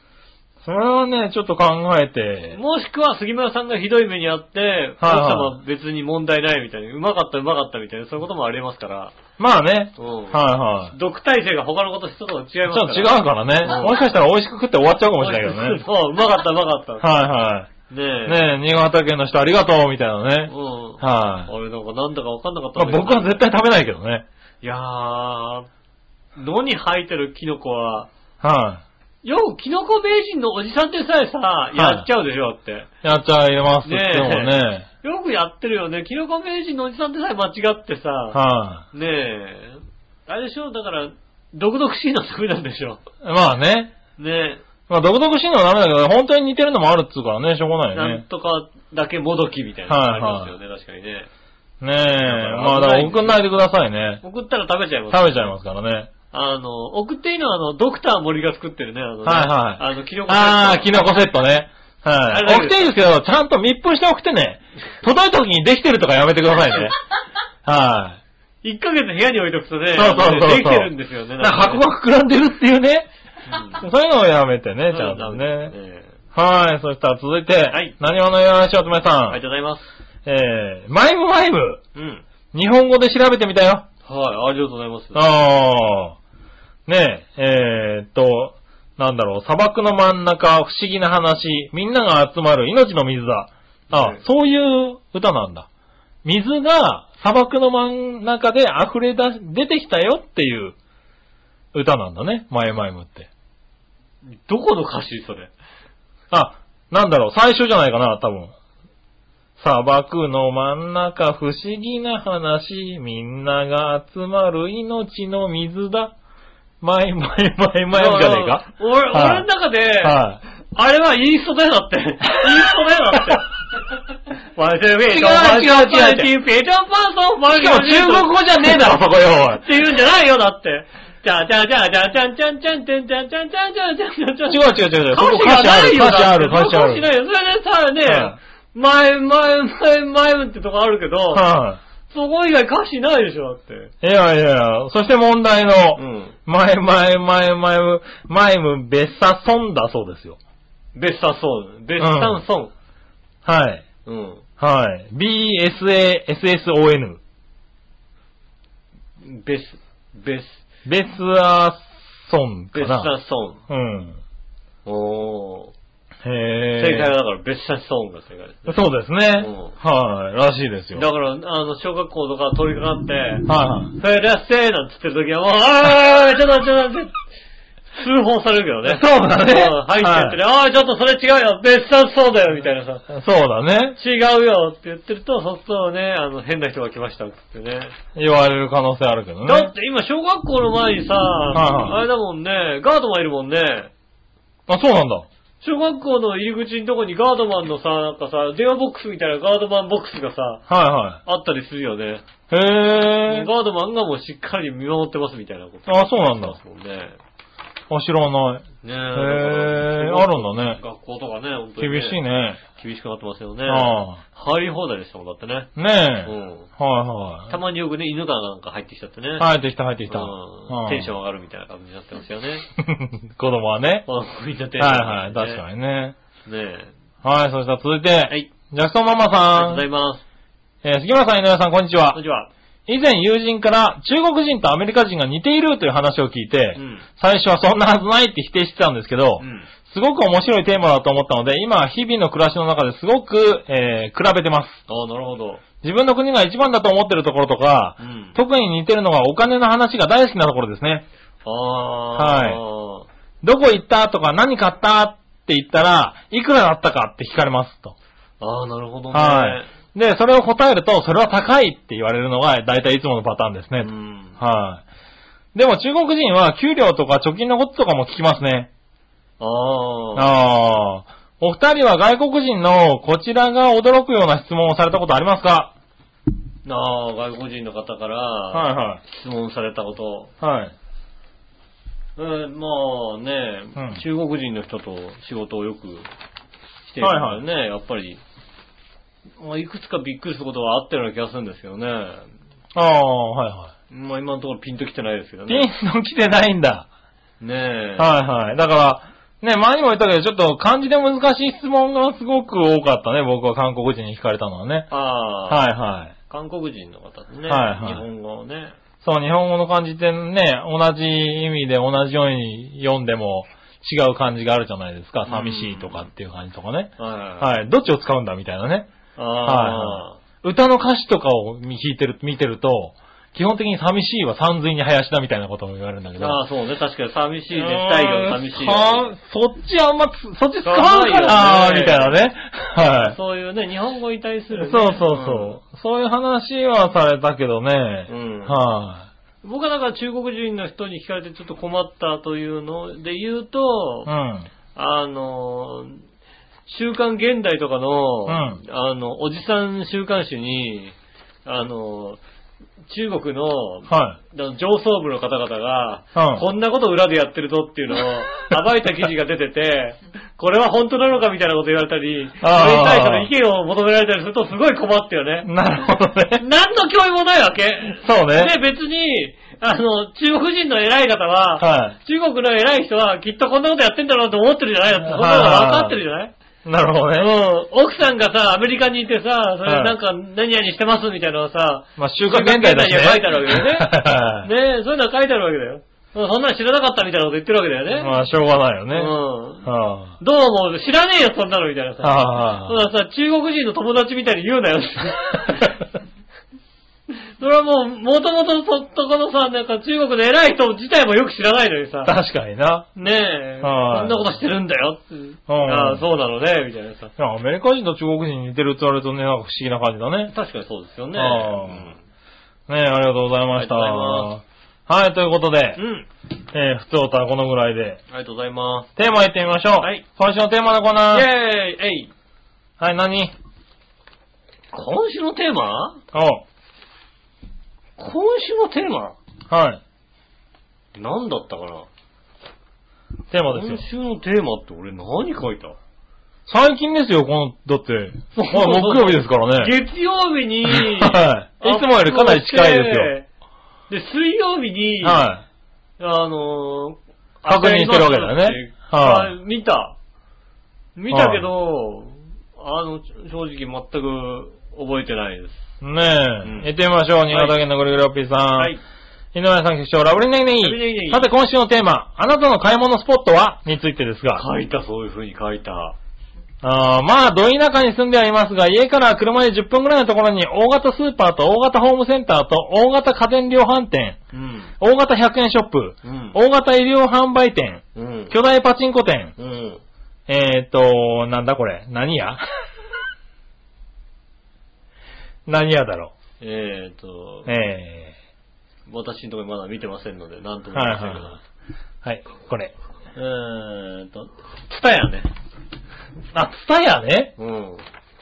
それはね、ちょっと考えて、もしくは杉村さんがひどい目にあって、はい奥様は別に問題ないみたいに、うまかったうまかったみたいな、そういうこともありますから。まあね、うん。はいはい。毒耐性が他のことと違いますちから。ょっと違うからね。うんもしかしたら美味しく食って終わっち ゃうかもしれないけどね。そう、うまかったうまかっはた。ねえい。はい。ねえ、新潟県の人ありがとうみたいなねう。ん。はい。俺なんかなんだかわかんなかったまあんだけど僕は絶対食べないけどね。いやー、野に生えてるキノコは、はよくキノコ名人のおじさんでさえさ、いやっちゃうでしょって。い。やっちゃいますってねえ言ってもね。よくやってるよね。キノコ名人のおじさんでさえ間違ってさ、はねえ、あれでしょだから、毒々しいの得意なんでしょい。まあね。ねまあ、独特しいのはダメだけど、本当に似てるのもあるっつうからね、しょうがえ、ないよなんね。とかだけもどきみたいなのがありますよね、確かにね。ねえ、らまあだから送んないでくださいね。送ったら食べちゃいます、食べちゃいますからね。あの、送っていいのは、あの、ドクター森が作ってるね、あのね、はいはいあの、キノコ。あー、キノコセットね。はあれだい。け送っていいですけど、ちゃんと密封して送ってね。届いた時にできてるとかやめてください ね。はい。 1ヶ月部屋に置いとくとね、そうそうそうそうできてるんですよね。なんか箱ねが膨らんでるっていうね。そういうのをやめてうね、んちゃんとそうですね。ねはい、そしたら続いて、はい何話のよしおとめさありがと。んうございます。えー、マイムマイム。うん。日本語で調べてみたよ。はい、ありがとうございます。あー。ねえ、えーっと、なんだろう、砂漠の真ん中、不思議な話、みんなが集まる命の水だ。あ、ねそういう歌なんだ。水が砂漠の真ん中で溢れ出し、出てきたよっていう歌なんだね、マイマイムって。どこの歌詞それ。あ、なんだろう、最初じゃないかな、多分。砂漠の真ん中、不思議な話、みんなが集まる命の水だ。マイマイマイマイじゃねえか俺、俺はいの中で、はあれはインストだよだって。インストだよだって。ワンセルフェイト、違う違う違うワンセルフェイトペーターパンソン、ワンい。しかも中国語じゃねえだろ、そこよ、おいっ。て言うんじゃないよ、だって。じゃあじゃあじゃあじゃあじゃんじゃんじゃんじゃんじゃんじゃんじゃんじゃんじゃんじゃんじゃん違う違う違う違う。歌そこ詞がないよ。歌詞ある、だっ歌て詞あ歌る。詞ないよ。それでさ、ねは、前、前、前、前ってとこあるけど、はい。そこ以外歌詞ないでしょ、だって。いやいやいや、そして問題の、うん。前前前前ム、前ム、別サソンだそうですよ。ベッサンソン。ベッサンソはい。ン。うん。はい。BSASSON。ベス、ベス、ベスアソンベかッサな。ンソン。うん。おー。へえ。正解はだからベッサンソンが正解ですね。そうですねうん。はい。らしいですよ。だから、あの、小学校とか通りかかって、はフい。ェラセーなんつってる時はもう、あー、ちょっとちょっとちょっと、通報されるけどね。そうだねん入ってってね、あー、ちょっとそれ違うよ、別冊そうだよ、みたいなさ。そうだね。違うよって言ってると、そうするとね、あの、変な人が来ましたっつってね。言われる可能性あるけどね。だって今、小学校の前にさ、はいあれだもんね、ガードマンいるもんね。あ、そうなんだ。小学校の入り口のとこにガードマンのさ、なんかさ、電話ボックスみたいなガードマンボックスがさ、はあったりするよね。いはい。へえ。ガードマンがもうしっかり見守ってますみたいなこと。あそうなんだそうですもね。あ、知らない。ねえ。へーだからあるんだね学校とかね、本当に、厳しい。ね。厳しくなってますよね。ああ入り放題でしたもん、だってね。ねえ。うん。はいたまによくね、犬がなんか入ってきちゃってね。はい。い。入ってきた入ってきた。うん。テンションン。上がるみたいな感じになってますよ ね。子供はね。まあみんなテンションはいはい。上がる確かにね。ね。ねはい、そしたら続いて。え。はい。ジャクソンママありがとうさございん。ます。えー杉村さん、井上さん、こんにちはこん。にちは。以前友人から中国人とアメリカ人が似ているという話を聞いて、うん最初はそんなはずないって否定してたんですけど、うん。すごく面白いテーマだと思ったので、今は日々の暮らしの中ですごく、えー比べてます。ああ、なるほど。自分の国が一番だと思ってるところとか、うん。特に似てるのがお金の話が大好きなところですね。ああ。はい。どこ行ったとか何買ったって言ったら、いくらだったかって聞かれますと。ああ、なるほどね。はい。で、それを答えると、それは高いって言われるのが大体いつものパターンですね。うん。はい。でも中国人は給料とか貯金のこととかも聞きますね。ああ。ああ。お二人は外国人のこちらが驚くような質問をされたことありますかああ、外国人の方から、はいは質問されたこと。い。はい。うん、まあね、うん中国人の人と仕事をよくしているのでね、やっぱり、まあ、いくつかびっくりすることはあったような気がするんですけどね。ああ、はいはまあ今のところピンときてないですけどい。ピね。ンと来てないんだ。ねえ。はいはい。だから、ね、前にも言ったけど、ちょっと漢字で難しい質問がすごく多かったね。僕は韓国人に聞かれたのはね。ああ、はいはい。韓国人の方でね、はいは日い本語をね、そう、日本語の漢字ってね、同じ意味で同じように読んでも違う漢字があるじゃないですか。ん寂しいとかっていう感じとかね。はい。はい。どっちを使うんだみたいなね。あはいあ、歌の歌詞とかを聞いてる、見てると、基本的に寂しいは三髄に林だみたいなことも言われるんだけど。ああ、そうね、確かに寂しい、絶対よ、寂しいよ。あーそっちあんまつ、そっち使わ使わないんよかねな、みたいなね。はい。そういうね、日本語に対する、ね。そうそうそう。そういう話はされたけどね。うんはうん。僕はだから中国人の人に聞かれてちょっと困ったというので言うと、い、うん。あの、週刊現代とかの、うんあの、おじさん週刊誌に、あの、中国の、はあの上層部の方々が、うんこんなこと裏でやってるぞっていうの を暴いた記事が出てて、これは本当なのかみたいなこと言われたり、そあーれに対しての意見を求められたりするとすごい困ったよねい。。なるほどね。何の脅威もないわけ。そうね。で、別に、あの、中国人の偉い方は、は中国の偉い人はきっとこんなことやってんだろうと思ってるじゃないだって、そんなの分かってるじゃないい。なるほどね。うん、奥さんがさ、アメリカにいてさ、それはいなんか何々してますみたいなのをさ、まあ、週刊現代だしね。週刊現代には書いてあるわけだよね はいねえ、そういうのは書いてあるわけだよ。うんそんなの知らなかったみたいなこと言ってるわけだよね。まあ、しょうがないよね。うん。はどうも、知らねえよ、そんなのみたいなあ、さ。そはうあ、ださ、中国人の友達みたいに言うなよ。 それはもう、もともとそ、そこのさ、なんか中国の偉い人自体もよく知らないのに さ。確かにな。ねえ、はいこんなことしてるんだよって。ああ、そうなのね、みたいなさ。いやアメリカ人と中国人に似てるって言われるとね、なんか不思議な感じだね。確かにそうですよね。あねありがとうございました。ありがとうございはい、ということでう、ん。うんえー、普通おたはこのぐらいで、ありがとうございまテーマいってみましょう。はい。今週のテーマのコーす。イェナー。ーイえいはい、何今週のテーマお今週のテーマはい。何だったかなテーマですよ今。週のテーマって俺何書いた最近ですよ、この、だって。はい、木曜日ですからね。月曜日に、 はアップいつもよりかなり近いして。で、水曜日に、はあのー、確認してるわけだよねは。はい見た。見たけど、あの、正直全く覚えてないです。い。ねえ、うん行ってみましょう。新潟県のぐるぐるおっぴーさん。はい。井上さん決勝、ラブリンネギネギ。ラブリンネギネギさて、今週のテーマ、あなたの買い物スポットはについてですが。書いた、そういう風に書いた。あーまあ、ど田舎に住んではいますが、家から車で10分ぐらいのところに、大型スーパーと大型ホームセンターと大型家電量販店、うん。大型100円ショップ、うん。大型医療販売店、うん。巨大パチンコ店、うん。えーっと、なんだこれ、何や 何やだろえーとう。、え私のところまだ見てませんので、なんとも言いはまいせんはいけど。ー、はい、これ。えーと、ツタヤね。あ、ツタヤね。うん。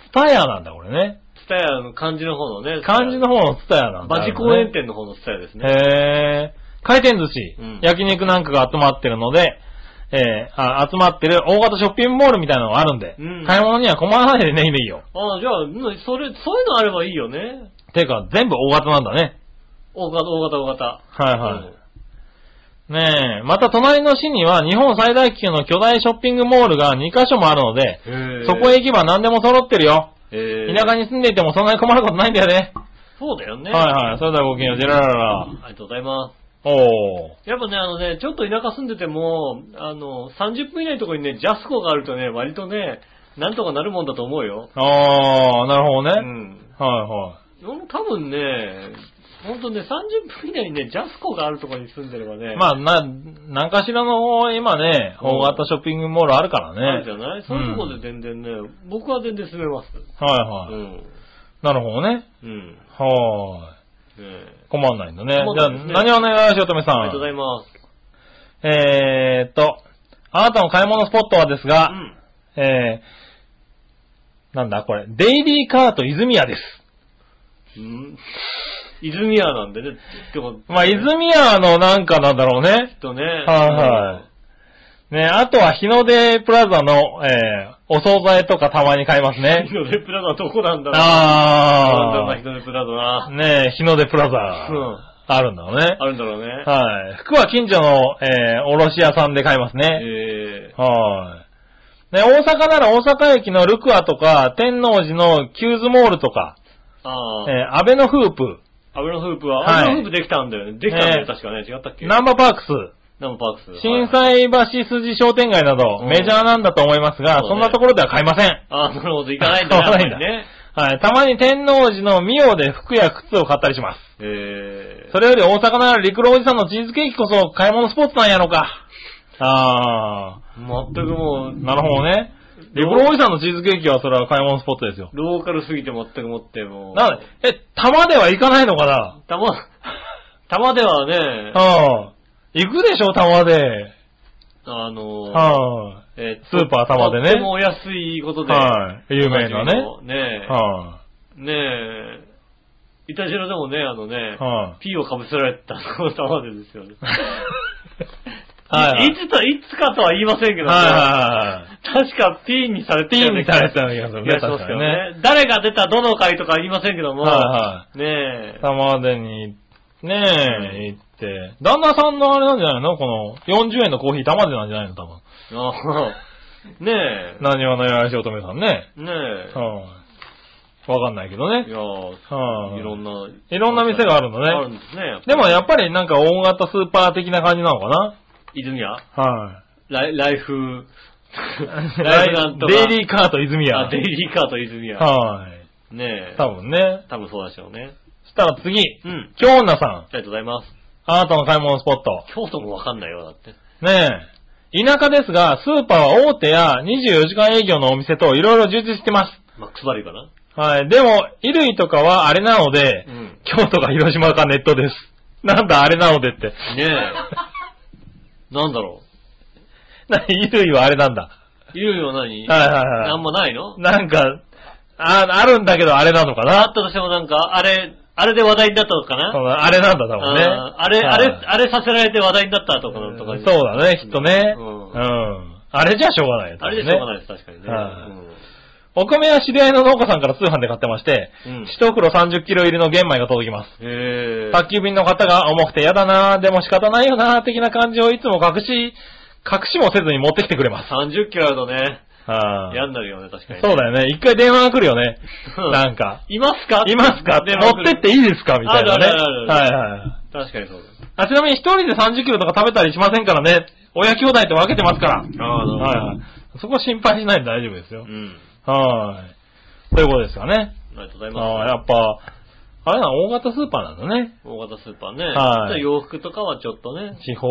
ツタヤなんだ、これね。ツタヤの漢字の方のね。漢字の方のツタヤなんだ、バジ公園店の方のツタヤですね。へー。回転寿司、うん焼肉なんかが集まってるので、えーあ、集まってる大型ショッピングモールみたいなのがあるんで、うん買い物には困らないでね、いいよ。ああ、じゃあ、うんそれ、そういうのあればいいよね。ていうか、全部大型なんだね。大型、大型、大型。はいはい。ねえ、また隣の市には日本最大級の巨大ショッピングモールが2カ所もあるので、へえそこへ行けば何でも揃ってるよ。へえ田舎に住んでいてもそんなに困ることないんだよね。そうだよね。はいはい。それではごきげんよう、ジェラララ。ありがとうございまおー。す。やっぱね、あのね、ちょっと田舎住んでても、あの、30分以内のところにね、ジャスコがあるとね、割とね、なんとかなるもんだと思うよ。あー、なるほどうね。ん。はいはい。うん多分ね、ほんとね、30分以内にね、ジャスコがあるところに住んでればね、まあ、な、何かしらの、今ね、うん大型ショッピングモールあるからね。あるじゃないそういうところで全然ね、僕は全然住めます。はいはい。うん。なるほどね。うん。ねはえーい。困んないんだね。困んじなゃいあ、ですね何をお願いしよう、とめさん。ありがとうございます。えーっと、あなたの買い物スポットはですうが、ん。えー、なんだこれ、デイリーカート泉屋です。うん泉屋なんでね、ってこと、まあ、泉屋のなんかなんだろうね。とね。はいはい。ね、あとは日の出プラザの、えー、お惣菜とかたまに買います日ね。の出プラザどこなんだ ろうなんだろうあな、日の出プラザな。ー。ね日の出プラザ。うん。あるんだろうね。あるんだろうね。はい。服は近所の、えー、卸屋さんで買いますね。えはい。ね、大阪なら大阪駅のルクアとか、天王寺のキューズモールとか、ー、あー、えー、アベノフープ、アブラフープは、はいアブラフープできたんだよね。できたんだよ、ね確かね。違ったっけナンバーパークス、ナンバーパークス。震はい災橋筋商店街など、うんメジャーなんだと思いますそが、うねそんなところでは買いません。あー、なるほど、行かないんだね。 行かないんだあまりね。はい。たまに天王寺のミオで服や靴を買ったりします。えー、それより大阪なら陸路おじさんのチーズケーキこそ買い物スポットなんやろか。あ全くもー、う、なるほどね。陸路おじさんのチーズケーキはそれは買い物スポットですよ。ローカルすぎて全くもって、もう。なので、え、玉では行かないのかなたま、 たまではね、うん。行くでしょ、玉で。あのー、はえースーパー玉でねとってもお安いことい。で。はい。有名なね。ねはえ。ねえ。いたじらでもね、あのねい。、はい。ピーをかぶせられたこの玉でですよ ね。はいはいいつと、いつかとは言いませんけどね。はいはい。確かピーにされてピンみたいなやつな気気がするねがしますけど確かね。誰が出たどの回とかは言いませんけども。はねえ。玉でに、ねえ、行って。旦那さんのあれなんじゃないのこの、40円のコーヒー玉でなんじゃないの多分。あーねえ。何話のよしおとめさんね。ねえ。はい。わかんないけどねい。やはーいいろんな。いろんな店があるのねあるんですね。でもやっぱりなんか大型スーパー的な感じなのかな泉屋はライライフ、 い。ライフなんとか。デイリーカート泉あ屋。デイリーカート泉屋。はい。ねえ。多分ね。多分そうでしょうね。そしたら次、うん。京女さん。ありがとうございます。あなたの買い物スポット。京都もわかんないよ、だって。ねえ。田舎ですが、スーパーは大手や24時間営業のお店といろいろ充実してまマックスバリューかなす。はい。でも、衣類とかはあれなのでう、ん。京都か広島かネットです。なんだあれなのでって。ねえ。なんだろな、衣類はあれなんだ。う。いろいろ何はいはいあはんまないのい。なんか、あ、あるんだけどあれなのかあっなたとしてもなんか、あれ、あれで話題になったのかそなうだあれなんだ多分ね。あーあれ、はいあれ、あれさせられて話題になったとかなんとか。そうだね、きっとね。ううんん。あれじゃしょうがないよ。あれでしょうがい。ないです、確かにね。はいうんお米は知り合いの農家さんから通販で買ってまして、うん一袋30キロ入りの玄米が届きます。へえ。宅急便の方が重くて嫌だなぁ、でも仕方ないよなぁ、的な感じをいつも隠し、隠しもせずに持ってきてくれます。 30キロあるとね、は嫌になるよね、確かに。そうだよね。一回電話が来るよね。うんなんか。いますかいますか電話持来るってっていいですかみたいなね。あるあるあはいるはい。確かにそうです。あ、ちなみに一人で30キロとか食べたりしませんからね。親兄弟と分けてますから。ああ、はいなはるい。そこ心配しないで大丈夫ですよほど。う。ん。はい。ということですかね。ありがとうございあまあ、やっぱ、あれな、大型スーパーなんだね。す。大型スーパーね。はいちょっと洋服とかはちょっとね。地方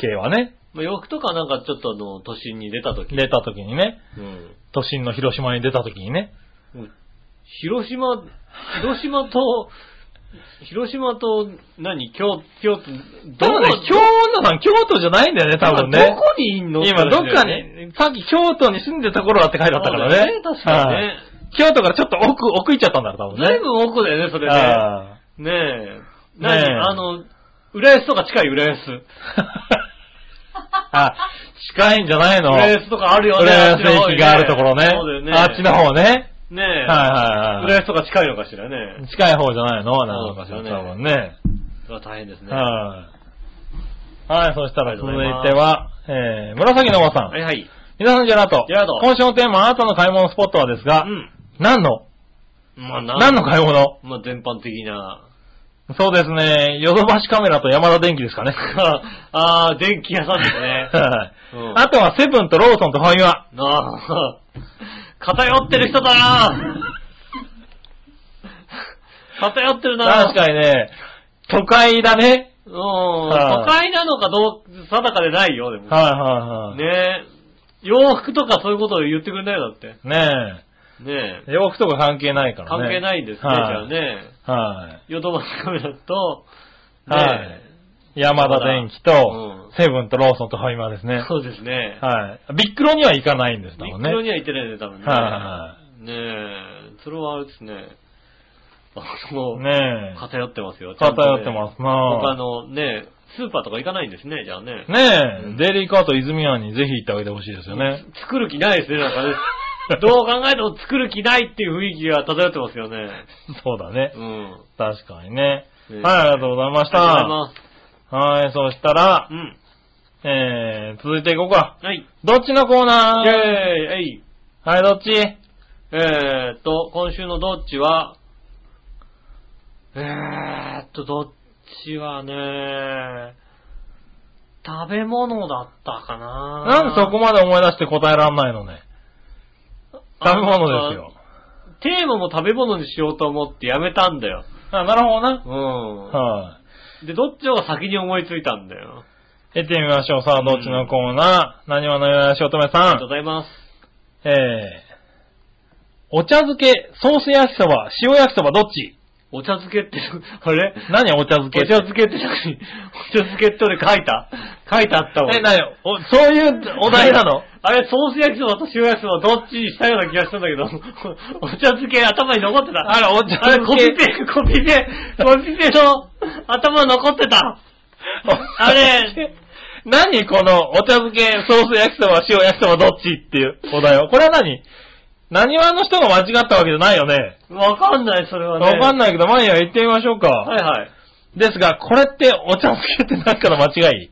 系はね。まあ洋服とかなんかちょっとあの、都心に出た時。出た時にね。うん。都心の広島に出た時にね。広島、広島と、広島と何、京、京都、ただね、京女さん京都じゃないんだよね、多分ねど。こにいんの今どっかって話だよねに、さっき京都に住んでた頃はって書いてあったからね。そうだよ確かにはねい。京都からちょっと奥、奥行っちゃったんだろう、多分ね。だいぶ奥だよね、それね。あねえ。ねえ何あの、浦安とか近い浦安。あ あ、近いんじゃないの浦安とかあるよね。浦安あっちの方に駅があるところね。そうだよね。あっちの。方ね。ねはえ。いはい浦は安とか近いのかしらねい。。近い方じゃないのなのかしそら、うです多よね分ね。それは大変ですね。はい。はい、そしたあらりがとう続いございますては、えー、紫のおばさんは。いはい。皆さん、ジェラート。ジェラート今週のテーマ、あなたの買い物スポットはですが、うん。何のまあ、何の買い物まあ、全般的な。 そうですね、ヨドバシカメラと山田電機ですかね。ああ、電気屋さんですね。 はいうんあとはセブンとローソンとファミマ。なあ、偏ってる人だ な偏ってるな確かにね、都会だね。うん、はい都会なのかどう、定かでないよ、でも。はいはいはい。ねえ。洋服とかそういうことを言ってくれないよだって。ねねえ。え。洋服とか関係ないから関ね。係ないんですね、じはいゃあね。はヨドバシカメラと、い。はい。山田電機うとん、セブンとローソンとファミマですね。そうですね。はい。ビックロには行かないんです、多ビッ分クね。ロには行ってないね、多分ね。はねえ、それはあれですね。あの、ねえ。偏ってますよ。ちゃんとね偏ってますなぁ他のね、スーパーとか行かないんですね、じゃあね。ねえ、うんデイリーカート泉庵にぜひ行ってあげてほしいですよね。作る気ないですね、なんかね。 どう考えても作る気ないっていう雰囲気が漂ってますよね。そうだねう。ん。確かにね。ねはい、ありがとうございまありがとうした。ございはい、そしたらます。う、ん。えー、続いていこうか。はい。イどっちのコーナェーイーえいはい、どっちえーっと、今週のどっちは、えーっと、どっちはね、食べ物だったかななんでそこまで思い出して答えらんないのね。食べ物ですよ。テーマも食べ物にしようと思ってやめたんだよ。あ、なるほどな。うはい、ん。で、どっちが先に思いついたんだよ。得てみましょう。さあ、どっちのコーナー何話のよやしおとめあさりがとうんご。ざいます。えー、お茶漬け、ソース焼きそば、塩焼きそば、どっちお茶漬けって、 あれ何お茶漬おけ茶って漬けって何お茶漬けって俺書いた書いてあったもん。え、なよ、おそういうお題なのあれ、ソース焼きそばと塩焼きそばどっちにしたような気がしたんだけど、 お茶漬け頭に残ってた。 あらお茶漬けあれ、コピペ、コピペ、コピペの頭残ってた。あれ、何この、お茶漬け、ソース焼きそば、塩焼きそば、どっちっていうお題を。これは何何話の人が間違ったわけじゃないよね。わかんない、それはね。わかんなないけど、マニア行ってみましょうか。はいはい。ですが、これってお茶漬けって何から間違い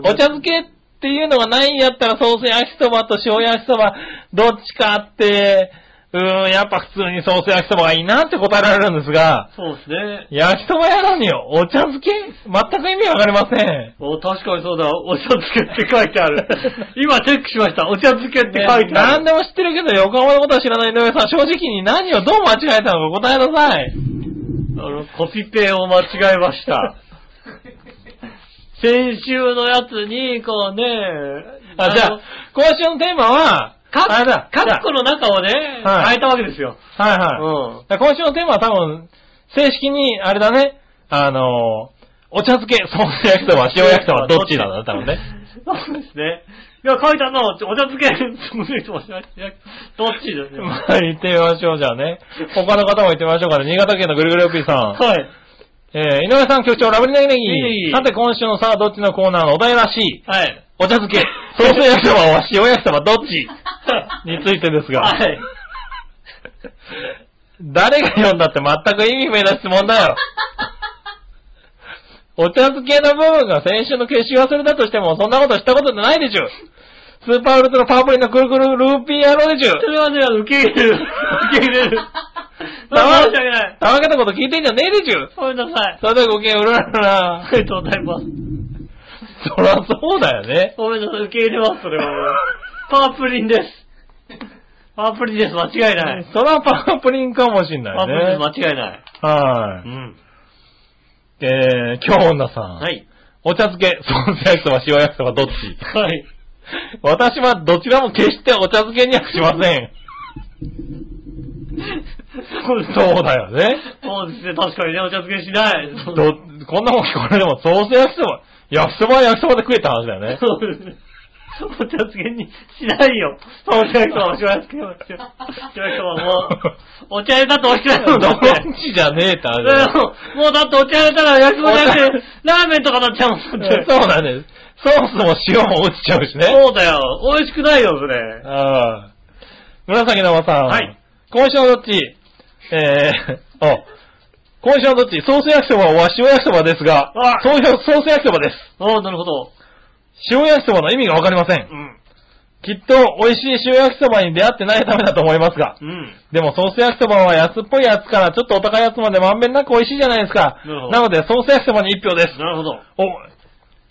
お茶漬けっていうのがないんやったら、ソース焼きそばと塩焼きそば、どっちかって、うーん、やっぱ普通にソース焼きそばがいいなって答えられるんですが、そうですね。焼きそば屋なのよ。お茶漬け全く意味わかりません。お、確かにそうだ。お茶漬けって書いてあ る。今チェックしました。お茶漬けって書いてあ何る。でも知ってるけど、横浜のことは知らない井上さん、正直に何をどう間違えたのか答えなさい。あの、コピペを間違えま した。先週のやつに、こうね、あ、じゃのあ、今週のテーマは、カあれだッ、カッコの中をね、は変いえたわけですよ。じゃあはいうはい。ん。だから今週のテーマは多分、正式に、あれだね、あのー、お茶漬け、ソース焼きそば、塩焼きそば、どっちなんだね、多分ね。。 そうですね。いや、書いたのは、お茶漬け、その人も知らないどっち ですね。まあ、行ってみましょう、じゃあね。他の方も行ってみましょうかね。新潟県のぐるぐるおっぴーさん。はい。えー、井上さん局長、ラブリーネギネいえいギ。えさて、今週のさあ、どっちのコーナーのお題らしい。はい。お茶漬け。ソース焼きそばは塩焼きそばどっちについてですが、はい。 誰が読んだって全く意味不明な質 問だよ。お茶漬けの部分が先週の消し忘れだとしても、そんなことしたことないでしょ。スーパーウルトラパープリンのくるくるルーピー野郎でしょそ。れはね、受け入れる。受け入 れる。それは申し訳ない。たわけたこと聞いてんじゃねえでしょ。ごめんなさい。それではごきげんうららあら。りがとうございます。そらそうだよね。ごめんなさい、受け入れます、それは。パープリンです。パープリンです、間違いない。そらパープリンかもしんパなープリンいね。です、間違いない。はうい。ん。えー、京女さん。はい。お茶漬け、 ソース焼きそば、塩焼きそば、どっちはい。私はどちらも決してお茶漬けにはしません。そうですそうだよね。そうですね、確かにね、お茶漬けしない。そどうで、こんなもん聞こえても、ソース焼きそば、焼きそばは焼きそばで食えた話だよねす。そうですね。お茶漬けにしないよ。お茶焼きそば、お茶焼きそば、お茶焼きそばもう、お茶入れたって美味しくないどもっんだって。ちじゃねえって話だだからよもうもうだってお茶入れたら焼きそばじゃなくおて、ラーメンとかなっちゃうもんだって。そうだね。ソースも塩も落ちちゃうしね。そうだよ。美味しくないよ、それ。ああ。紫の和さん。はい。今週はどっちえー、お。今週はどっちソース焼きそばは塩焼きそばですがあ、ソースソース焼きそばです。ああ、なるほど。塩焼きそばの意味がわかりませんう。ん。きっと美味しい塩焼きそばに出会ってないためだと思いますが。うん。でもソース焼きそばは安っぽいやつからちょっとお高いやつまでまんべんなく美味しいじゃないですか。なるほどなのでソース焼きそばに一票です。なるほど。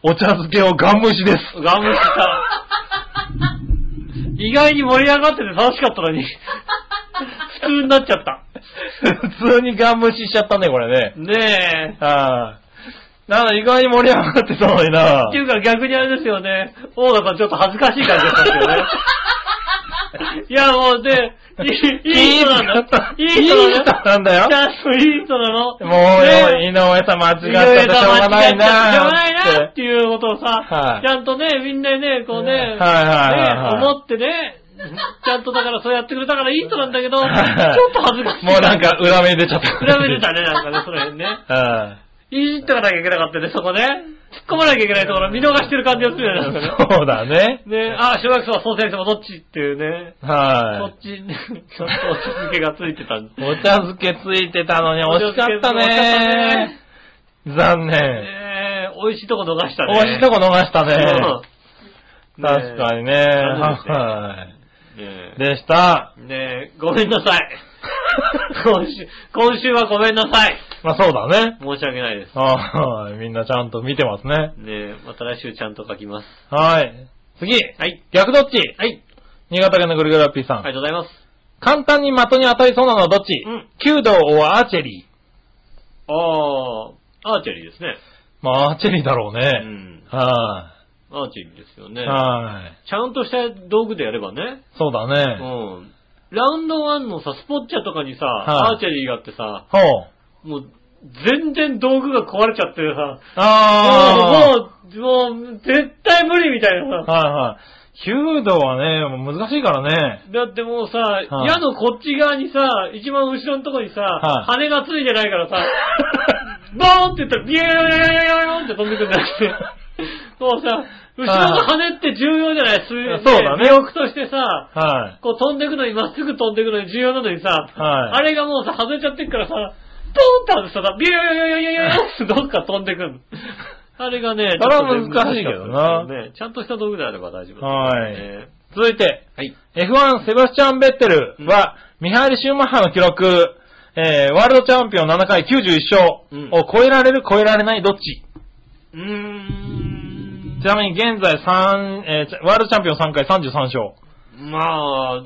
お、お茶漬けをガン無視です。ガムシさん。意外に盛り上がってて楽しかったのに、普通になっちゃった。 普通にガン無視しちゃったね、これね。ねえ。はい。なんだ、意外に盛り上がってたのになっていうか逆にあれですよね、大田さんちょっと恥ずかしい感じだったん ですよね。いやもうで、いいいい人なんだ。いい人だねなんだよち。ゃんといい人なの。もうよ、ね井上さん間違っちゃってしょうがないなしょうがないな っていうことをさ、はちいゃんとね、みんなね、こうね、はいはいはいはいね、思ってね、ちゃんとだからそうやってくれたからいい人なんだけど、ちょはいっと恥ずかしい。もうなんか裏目に出ちゃった。裏目出たね、なんかね、その辺ね。はいいじってかなきゃいけなかったね、そこね。突っ込まなきゃいけないところ見逃してる感じがするよね、 なんかね。そうだね。ね、あ、小学生は総選生もどっちっていうね。そはっち、ちょっとお続けがついてたんでい。お茶漬けついてたのに惜しかったね。残念。ねえ美味しいとこ逃したね。惜しいとこ逃したね。うん確かにね。残念はねい。でした。えねえごめんなさ い。今週、今週はごめんなさい。まあそうだね。申し訳ないです。はい。みんなちゃんと見てますね。ねえまた来週ちゃんと書きます。はい。次。はい。逆どっちはい。新潟県のぐるぐるラッピーさありがん。とうございます。簡単に的に当たりそうなのはどっちうん弓道をアーチェリー。ああ、アーチェリーですね。まあアーチェリーだろううね。ん。はアーチェリーですよい。ね。はい。ちゃんとした道具でやればね。そうだうね。ん。ラウンドワンのさ、スポッチャとかにさ、はいアーチェリーがあってさ、ほう。もう、全然道具が壊れちゃってるさ、あもあ。う、もう、もう絶対無理みたいなさ。はいはい。弓道はね、もう難しいからね。だってもうさ、い矢のこっち側にさ、一番後ろのとこにさ、は羽がついてないからさ、ボーンって言ったら、ビューンって飛んでくるんだって。もうさ、後ろの羽って重要じゃない、水そうだね尾翼としてさ、はこう飛んでくのに、まっすぐ飛んでくのに重要なのにさ、はいあれがもうさ、外れちゃってっからさ、ポンって外したら、ビュービュービュービュービューってどっか飛んでくるの。あれがね、それはちょっとね難しいけどな難しかったですよねちゃんとした道具であれば大丈夫です、ね。はい。い。続いて、はい。 F1 セバスチャン・ベッテルは、ミハエル・シューマッハの記録、えー、ワールドチャンピオン7回91うん勝を超えられる、超えられない、どっちうーんち。なみに現在3、えーワールドチャンピオン3回33勝。まあ、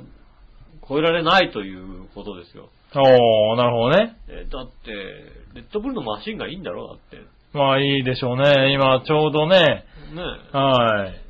超えられないということですよ。おー、なるほどね。えーだって、レッドブルのマシンがいいんだろうだって。まあいいでしょうね。今ちょうどね、ねはい。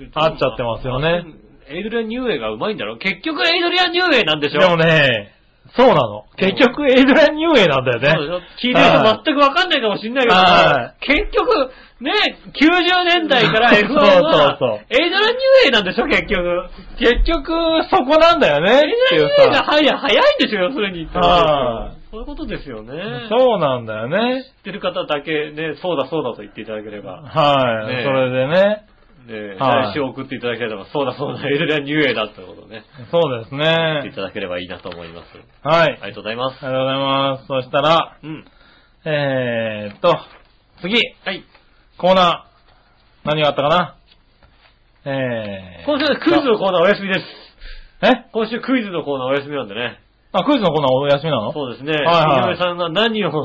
え。合っちゃってますよね。エイドリアン・ニューエイがうまいんだろ結局エイドリアン・ニューエイなんでしでょもね、そうなの。結局、エイドリアン・ニューウェイなんだよね。そうでしょ聞いてる人全くわかんないかもしんないけどはさ、結局、ね、90年代から F1 は、そうそうそうエイドラ・ニューエイなんでしょ、結局。結局、そこなんだよねエイっていドラ・うニューエイがさ。早い早いんでしょ、要するに。はそういうことですよね。知そうなんだよね。ってる方だけね、そうだそうだと言っていただければ。はい。ねえそれでね。えーはい来週送っていただければ、そうだそうだ、エルレニューエだってことをね、そうです言っていね。ただければいいなと思います。はあい。りがとうございます。ありがとうございます。そしたら、うん。えーっと、次、はい。コーナー。何があったかなえー。今週はクイズのコーナーお休みです。え今週クイズのコーナーお休みなんでね。あ、クイズのコーナーお休みなのそうですね。はいは井い上さんが何を好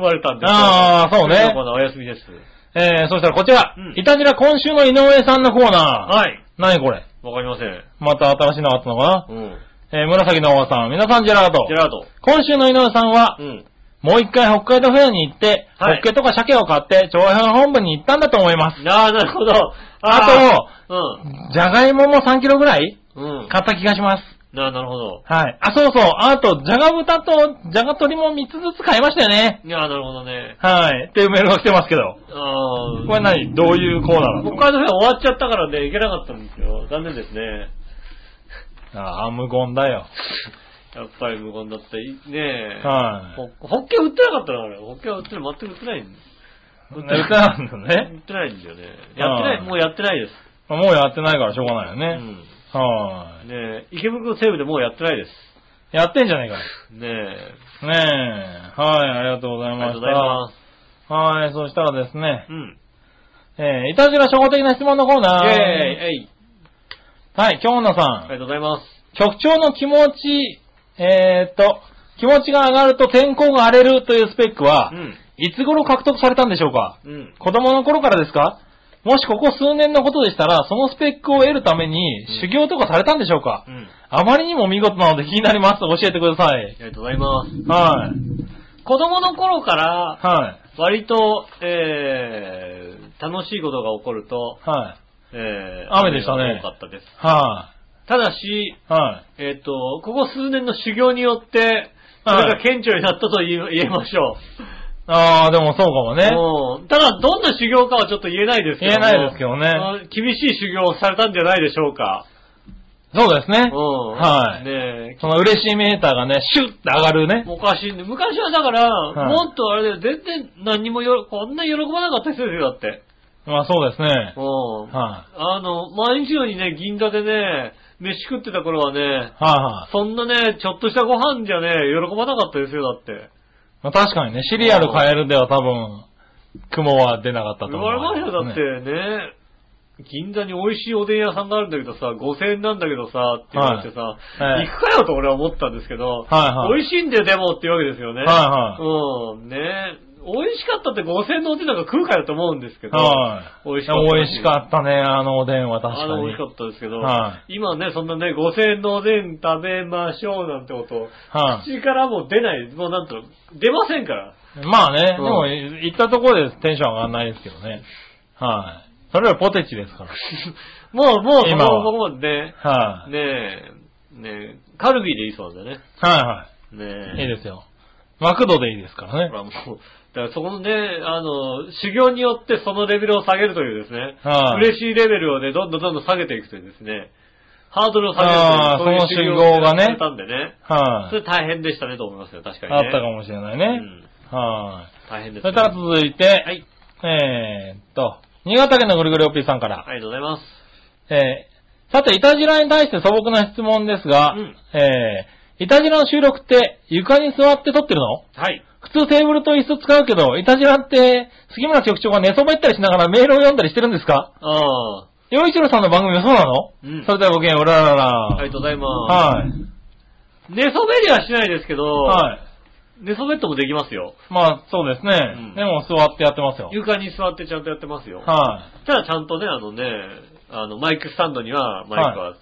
まれたんですあーそうねクイズのコーナーお休みです。えー、そしたらこちらうん。イタジラ今週の井上さんのコーナー。はい。何これわかりません。また新しいのあったのかうん。なえー、紫のおばさん。皆さん、ジェラートジェ。ラード。今週の井上さんはう、ん。もう一回北海道フェアに行って、ホはいッケとか鮭を買って、長編本部に行ったんだと思います。ああ、なるほど。あと、じゃがいもも3キロぐらいうん。うん。買った気がします。なあ、なるほど。はい。あ、そうそう。あと、じゃが豚とじゃが鶏も3つずつ買いましたよね。いやあ、なるほどね。はい。っていうメールが来てますけど。ああ。これ何どういうコーナーな北の海道フェア終わっちゃったからね、行けなかったんですよ。残念ですね。ああ、無言だよ。やっぱり無言だった。いねえ。はい。ほホッケ売ってなかったのあれ。ホッケは売ってない。全く売ってないん歌なんだ売ねっ。てないんだよね。やってない、うんもうやってないです。もうやってないからしょうがないようね。ん。はねえ、池袋西部でもうやってないです。い。やってんじゃねえかよ。ねえ。ねえ。はい、ありがとうござあいりまがとしうごた。ざいます。はい、そしたらですねう、ん。えー、いたじら初歩的な質問のコーイェナー。ーイえいはい、京野あさりん。がとうございます。局長の気持ち、えーっと、気持ちが上がると天候が荒れるというスペックはう、ん。いつ頃獲得されたんでしょうかうん。子供の頃からですかもしここ数年のことでしたら、そのスペックを得るためにうん修行とかされたんでしょうか、うん。あまりにも見事なので気になります。教えてくださあ。いりがとうございます。はい。子供の頃から、はい。割と、えー、楽しいことが起こると、はい。えー、雨でしたね雨が多かったです。はただし、い。はえっ、と、ここ数年の修行によって、それが顕著になったと言い言えましょい。ああ、でもそうかもね。う。うんただ、どんな修行かはちょっと言えないですけども。言えないですけどねうん。厳しい修行をされたんじゃないでしょうか。そうですうん。。ねはいねその嬉しいメーターがね、シュッて上がるえね。おかしいんで、昔はだから、はいもっとあれで、全然何にもよろ、こんな喜ばなかった人ですよ、だって。まあそうですね。うん。はあの、毎日のようにね、銀座でね、飯食ってた頃はね、い。はいはい。そんなね、ちょっとしたご飯じゃね、喜ばなかったですよ、だって。まあ確かにね、シリアル変えるでは多分、雲は出なかったと言思う。われましたよ、だってね。銀座に美味しいおでん屋さんがあるんだけどさ、5000円なんだけどさ、って言われてさ、はい行くかよと俺は思ったんですけど、はいはい美味しいんだよ、でもっていうわけですよね。はいうん、ね美味しかったって5000円のおでんなんか食うかよと思うんですけど、はい。美味しかった。美味しかったね、あのおでんは確かあに。の、美味しかったですけど、は今ね、そんなね、5000円のおでん食べましょうなんてこと、はい。口からもう出ない、もうなんと、出ませんから。 まあね、でうんも、行ったところでテンション上がらないですけどね。はい。それよりポテチですから。もう、もう、そ今はここまでね、はい。ねえ、ねえ、カルビーでいいそうなんだよね。はねいはい。え。いいですよ。マクドでいいですからほね。らもう、だからそこのね、あの、修行によってそのレベルを下げるというですね、はい嬉しいレベルをね、どんどんどんどん下げていくというですね、ハードルを下げあーるという、その修行がねされたんでね、はそい。れ大変でしたねと思いますよ、確かにね。あったかもしれないうね。ん、は大変い。です、そしたら続いて、はい、えーっと、新潟県のぐるぐるおっぴーさんから。ありがとうございます。えーさて、イタジラに対して素朴な質問ですが、うんえーイタジラの収録って床に座って撮ってるのはい。普通テーブルと椅子使うけど、イタジラって杉村局長が寝そべったりしながらメールを読んだりしてるんですかああ、洋一郎さんの番組はそうなの、うんそれではごきげんよう、うらららら。ありがとうございます。はい。寝そべりはしないですけど、はい。寝そべってもできますよ。まあ、そうですね。んでも座ってやってますよ。床に座ってちゃんとやってますよ。はただちゃんとね、あのね、あの、マイクスタンドにはマイクは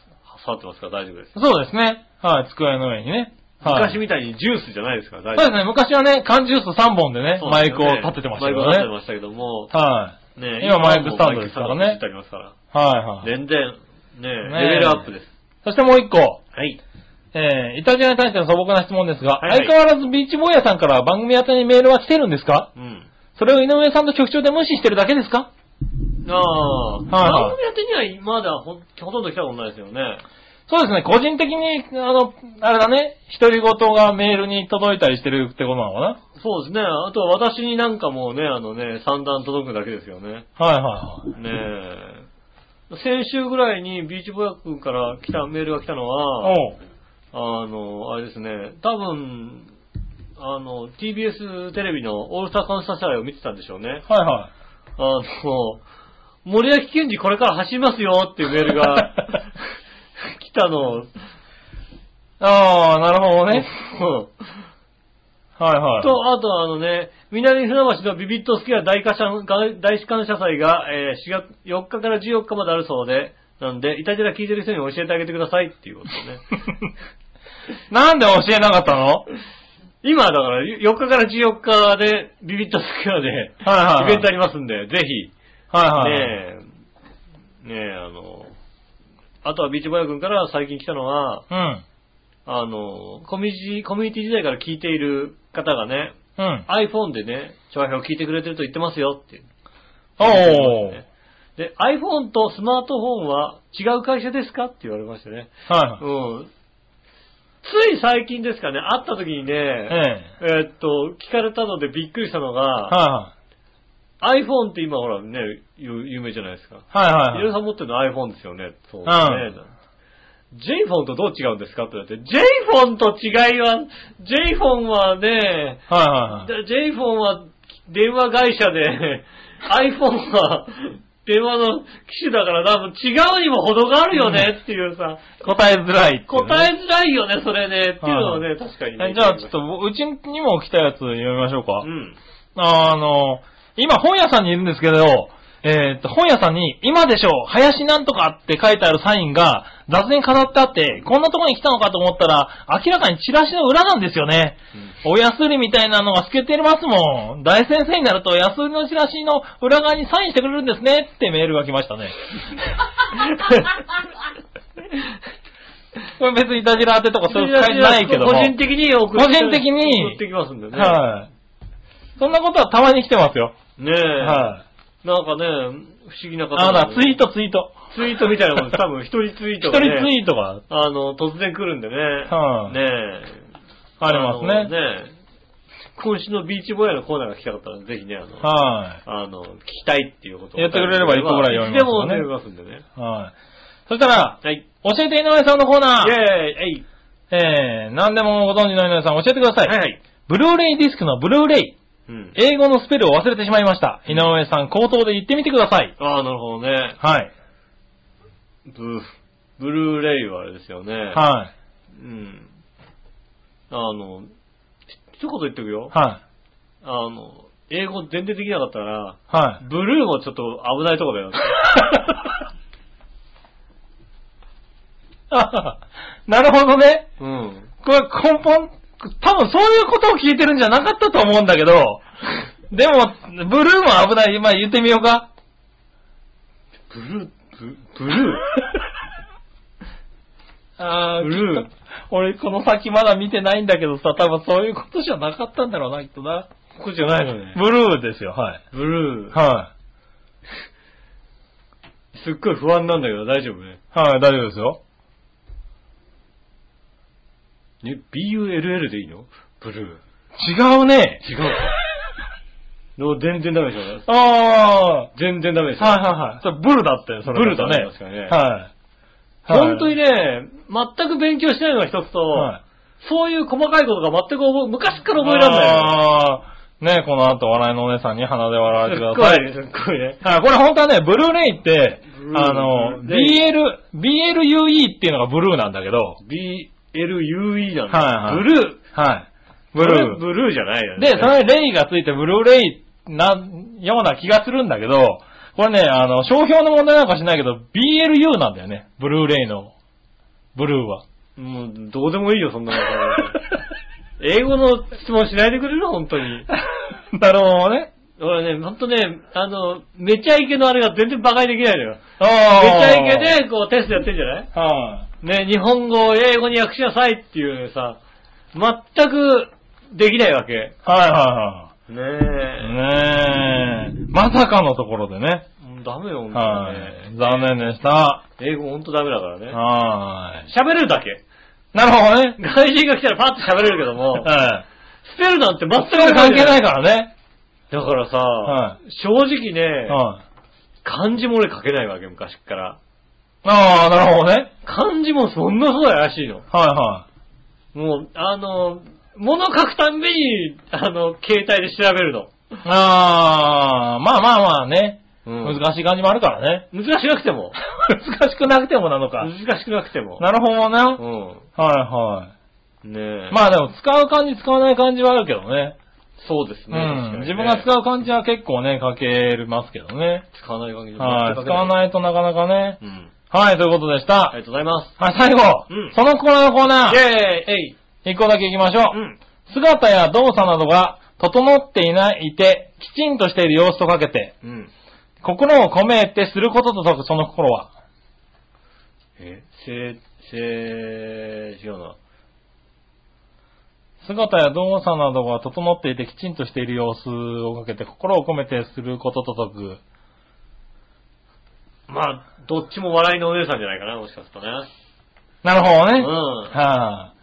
触ってますから大丈夫ですい。。そうですね。はい、机の上にね。はい。昔みたいにジュースじゃないですからそ大うで丈す夫ね。昔はね、缶ジュース3本でね、そうなマんですよイクねを立ててましたけどマイクを立ててね。ましたけども、はい。ね今マイクスタンドですからねマイクスタンドに移ってありますから。はいはい。全然、ねねレベルアップです。そしてもう一個。はい。えー、イタジアに対しての素朴な質問ですが、はいはい相変わらずビーチボーイヤさんから番組宛てにメールは来てるんですかうん。それを井上さんと局長で無視してるだけですかああ、はいはい番組やってにはまだほほとんど来たことないですよね。そうですね、個人的に、あの、あれだね、独り言がメールに届いたりしてるってことなのかなそうですね。あとは私になんかもうね、あのね、三段届くだけですよね。はいはいはい。ねえ。先週ぐらいにビーチボヤ君から来た、メールが来たのは、おうあの、あれですね、多分、あの、TBS テレビのオールスター感謝祭を見てたんでしょうね。はいはい。あの、森脇健児これから走りますよっていうメールが来たのを、ああ、なるほどね。うんはいはい。と、あとあのね、南船橋のビビットスケア大感謝大感謝祭が、えー4月4日から14日まであるそうで、なんで、イタジラ聞いてる人に教えてあげてくださいっていうことね。なんで教えなかったのはい今だから4日から14日でビビットスクエアで、はいはいイベントありますんで、ぜひ、はいはい。ねえ、ねえ、あの、あとはビーチボヤ君から最近来たのは、うん。あの、コミュニティ、コミュニティ時代から聞いている方がね、うん。 iPhone でね、調和表を聞いてくれてると言ってますよっていう。おー。で、iPhone とスマートフォンは違う会社ですかって言われましたね。はいはい。うん。つい最近ですかね、会った時にね、ええ。えーっと、聞かれたのでびっくりしたのが、は iPhone って今ほらね、有有名じゃないですか。いはい。はいいはいろはい。さん持ってるの iPhone ですよね。そううんね。j フォンとどう違うんですかって言われて、j フォンと違いは、j フォンはね、はいはいはい。 j フォンは電話会社 で、iPhone は電話の機種だから多分違うにも程があるよねっていうさ、答えづらいっていうね、答えづらいよね、それね、っていうのははね、確かにね。えじゃあちょっと、うちにも来たやつ読みましょうか。 うん。あの、今本屋さんにいるんですけど、えーっと、本屋さんに、今でしょう、林なんとかって書いてあるサインが雑に飾ってあって、こんなとこに来たのかと思ったら、明らかにチラシの裏なんですよね。おやすりみたいなのが透けてますもん。大先生になると、やすりのチラシの裏側にサインしてくれるんですねってメールが来ましたね。これ別にいたじらってとかそういう書いてないけども。個人的に送って個人的に送ってきますんでね。はい。そんなことはたまに来てますよ。ねえ。はい。なんかね、不思議な方あなんだ、でツイート、ツイート。ツイートみたいな もんです多分一人ツイー一ト人が、ね。ツイートがあの、突然来るんでね。はいねえ。ありますあのね。ねえ今週のビーチボヤのコーナーが来たかったら、ぜひね、あの、はあの、聞きたいっていうことをやってくれれば一個ぐらい読みまいすよねつでも読みますんでね。い。はい。そしたら、はい。教えて井上さんのコーナイェーー。イえいえー、何でもご存知の井上さん教えてください。はいはい。ブルーレイディスクのブルーレイ。うん。英語のスペルを忘れてしまいました。井上さん、口頭で言ってみてください。ああ、なるほどね。はい。ブブルーレイはあれですよね。はい。うん。あの、ひ一言言っておくよ。はい。あの、英語全然できなかったら、 はい。 ブルーもちょっと危ないとこだよ。なるほどね。うん。これ根本、多分そういうことを聞いてるんじゃなかったと思うんだけど、でも、ブルーも危ない。まあ言ってみよう か。ブルー、ブブルあーブルーきっと俺この先まだ見てないんだけどさ、多分そういうことじゃなかったんだろうな、きっとな。ーここじゃないのね。ブルーですよ、はい。 ブルー。はすっごい不安なんだけど大丈夫ね。い。はい、大丈夫ですよ。ね BULL でいいのブル違うね。 ー。違うか。の全然ダメでしょ。ああ。はい全然ダメでしょ。はいはい。それブルだって、それ。ブルだね確確かかににねね。はい。本当にね、全く勉強してないのが一つと、はいそういう細かいことが全く覚え、昔から覚えられないあーねこの後、笑いのお姉さんに鼻で笑われてくだのさい。よ。すっごいね、すっごいね。はい、これ本当はね、ブルーレイって、ブルーあの、ブルーレ BL、BLUE っていうのがブルーなんだけど、 BLUE なんだ。はいはいブルー。はい。ブこルれブルーじゃないよー。ね。で、それにレイがついてブルーレイな、ような気がするんだけど、これね、あの、商標の問題なんかしないけど、BLU なんだよね。ブルーレイの、ブルー は。 もう、どうでもいいよ、そんなの。 英語の質問しないでくれる本当に。なるほどね。俺ね、ほんとね、あの、めちゃイケのあれが全然馬鹿にできないのよ。めあちゃイで、ケで、こう、テストやってんじゃないはい、ね、日本語を英語に訳しなさいっていうさ、全くできないわけ。はいはねいえ。はい。ねえ、まさかのところでね。もうダメよ、ほんとはにい、ね。残念でした。英語ほんとダメだからね。はい。喋れるだけ。なるほどね。外人が来たらパッと喋れるけども、はスペルなんて全い。それく関係ないい。からね。だからさ、は正直ね、は漢字も俺書けないわけ、昔っから。ああ、なるほどね。漢字もそんなそうやらしいの。はいはもう、あの、物書くたんびに、あの、携帯で調べるの。い。ああ、まあまあまあね。うん難しい感じもあるからね。難しなくても。難しくなくてもなのか。難しくなくても。なるほどな。うはいはん。ねえ。い。まあでも使う感じ使わない感じはあるけどね。そうですね。うん。自分が使う。う感じは結構ね、書けますけどね。使わないわけじゃはい。使わい。ないとなかなかね。うん。はい、ということでしあたり。がとうございます。はい、最後。うんその心のコーナイェーー。イえい一個だけ行きましょう。うん。姿や動作などが整っていない、いて、きちんとしている様子とかけて、うん。心を込めてすることと解くその心は。え、せ、せ、違うな。姿や動作などが整っていてきちんとしている様子をかけて心を込めてすることと解く。まあ、どっちも笑いのお姉さんじゃないかな、もしかするとね。なるほどうね。ん。はあ、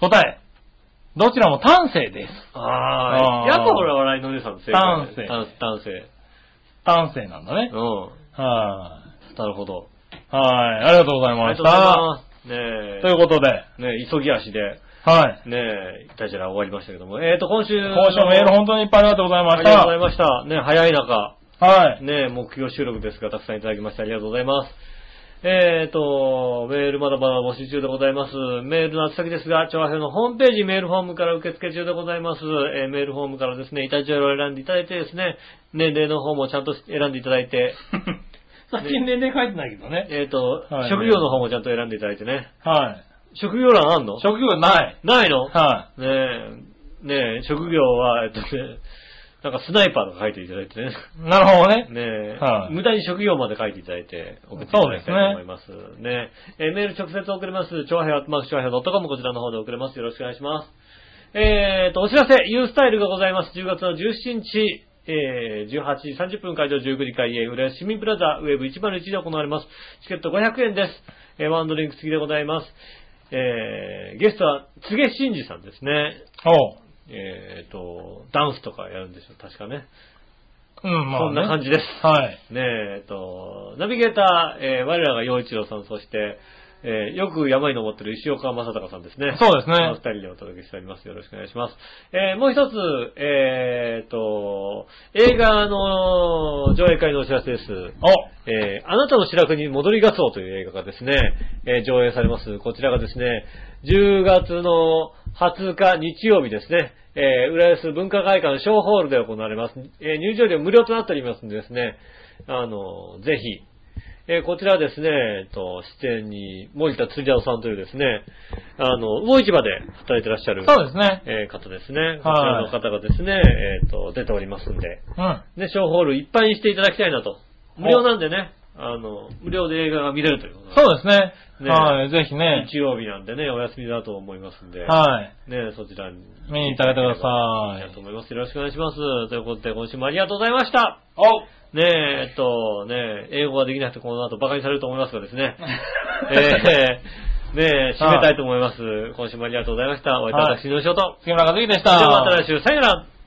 答え。どちらも丹精です。ああーあ、やっぱ俺は笑いのお姉さんの正解だよね。男性。丹精なんだね。男性。はうん。なるほど。い、はい、ありがとうございあまりがとうしございた。ます。ねえ。ということで、ねえ、急ぎ足で、はい。ねえ、いたじら終わりましたけども。えーと、今週。今週もメール本当にいっぱいありがとうございまあしりがとうございた。ました。ねえ、早い中、はい。ねえ、目標収録ですが、たくさんいただきましてありがとうございます。えーと、メールまだまだ募集中でございます。メールの宛先ですが、調和表のホームページメールフォームから受付中でございます。えーメールフォームからですね、いたじらを選んでいただいてですね、年齢の方もちゃんと選んでいただいて、最近年齢書いてないけどね。 えーと、はい職業の方もちゃんと選んでいただいてね。はい。職業欄あんの職業ない。ないのはねえ、ねえ、職業は、えっとね、なんかスナイパーとか書いていただいてね。い。なるほどね。ねえ、はい無駄に職業まで書いていただいて送っていただきたいと思います。ねええーメール直接送れます。長編アットマーク長編 .com こちらの方で送れます。よろしくお願いします。えーと、お知らせ、ユースタイルがございます。10月の17日、えー、18時30分会場19時開演、浦安市民プラザウェブ101で行われます。チケット500円です。えーワンドリンク付きでございます。えー、ゲストは、柘植真二さんですね。おう。えーと、ダンスとかやるんでしょう、確かね。うん、まあ、ね。そんな感じです。はい。ねえ、えっと、ナビゲーター、えー我らが陽一郎さん、そして、えーよく山に登ってる石岡正隆さんですね。そうですねこの二人でお届けしております。よろしくお願いします。えーもう一つ、えーっと、映画の上映会のお知らせです。お。えーあなたの白くに戻りがそうという映画がですね、えー上映されます。こちらがですね、10月の20日日曜日ですね、えー浦安文化会館小ホールで行われます。えー入場料無料となっておりますんでですね、あの、ぜひ、えーこちらはですね、えっと、出演に森田釣り青さんというですね、あの、魚市場で働いてらっしゃる、そうですね。えー方ですね、こちらの方がですね、えーっと、出ておりますんで、うん。ね、小ホールいっぱいにしていただきたいなと。無料なんでね、あの、無料で映画が見れるということそうですね。ねはい、ぜひね。日曜日なんでね、お休みだと思いますんで、はい。ね、そちらに。見に行ってあげてくださいありがとうございます。よろしくお願いします。ということで、今週もありがとうございました。 おねえ、えっと、ねえ、英語ができなくてこの後バカにされると思いますがです ね。えー、ねえ、締めたいと思います。今週もありがとうございました。お会いいたい私、の仕事。杉村和樹でした。ではまた来週、さよなら。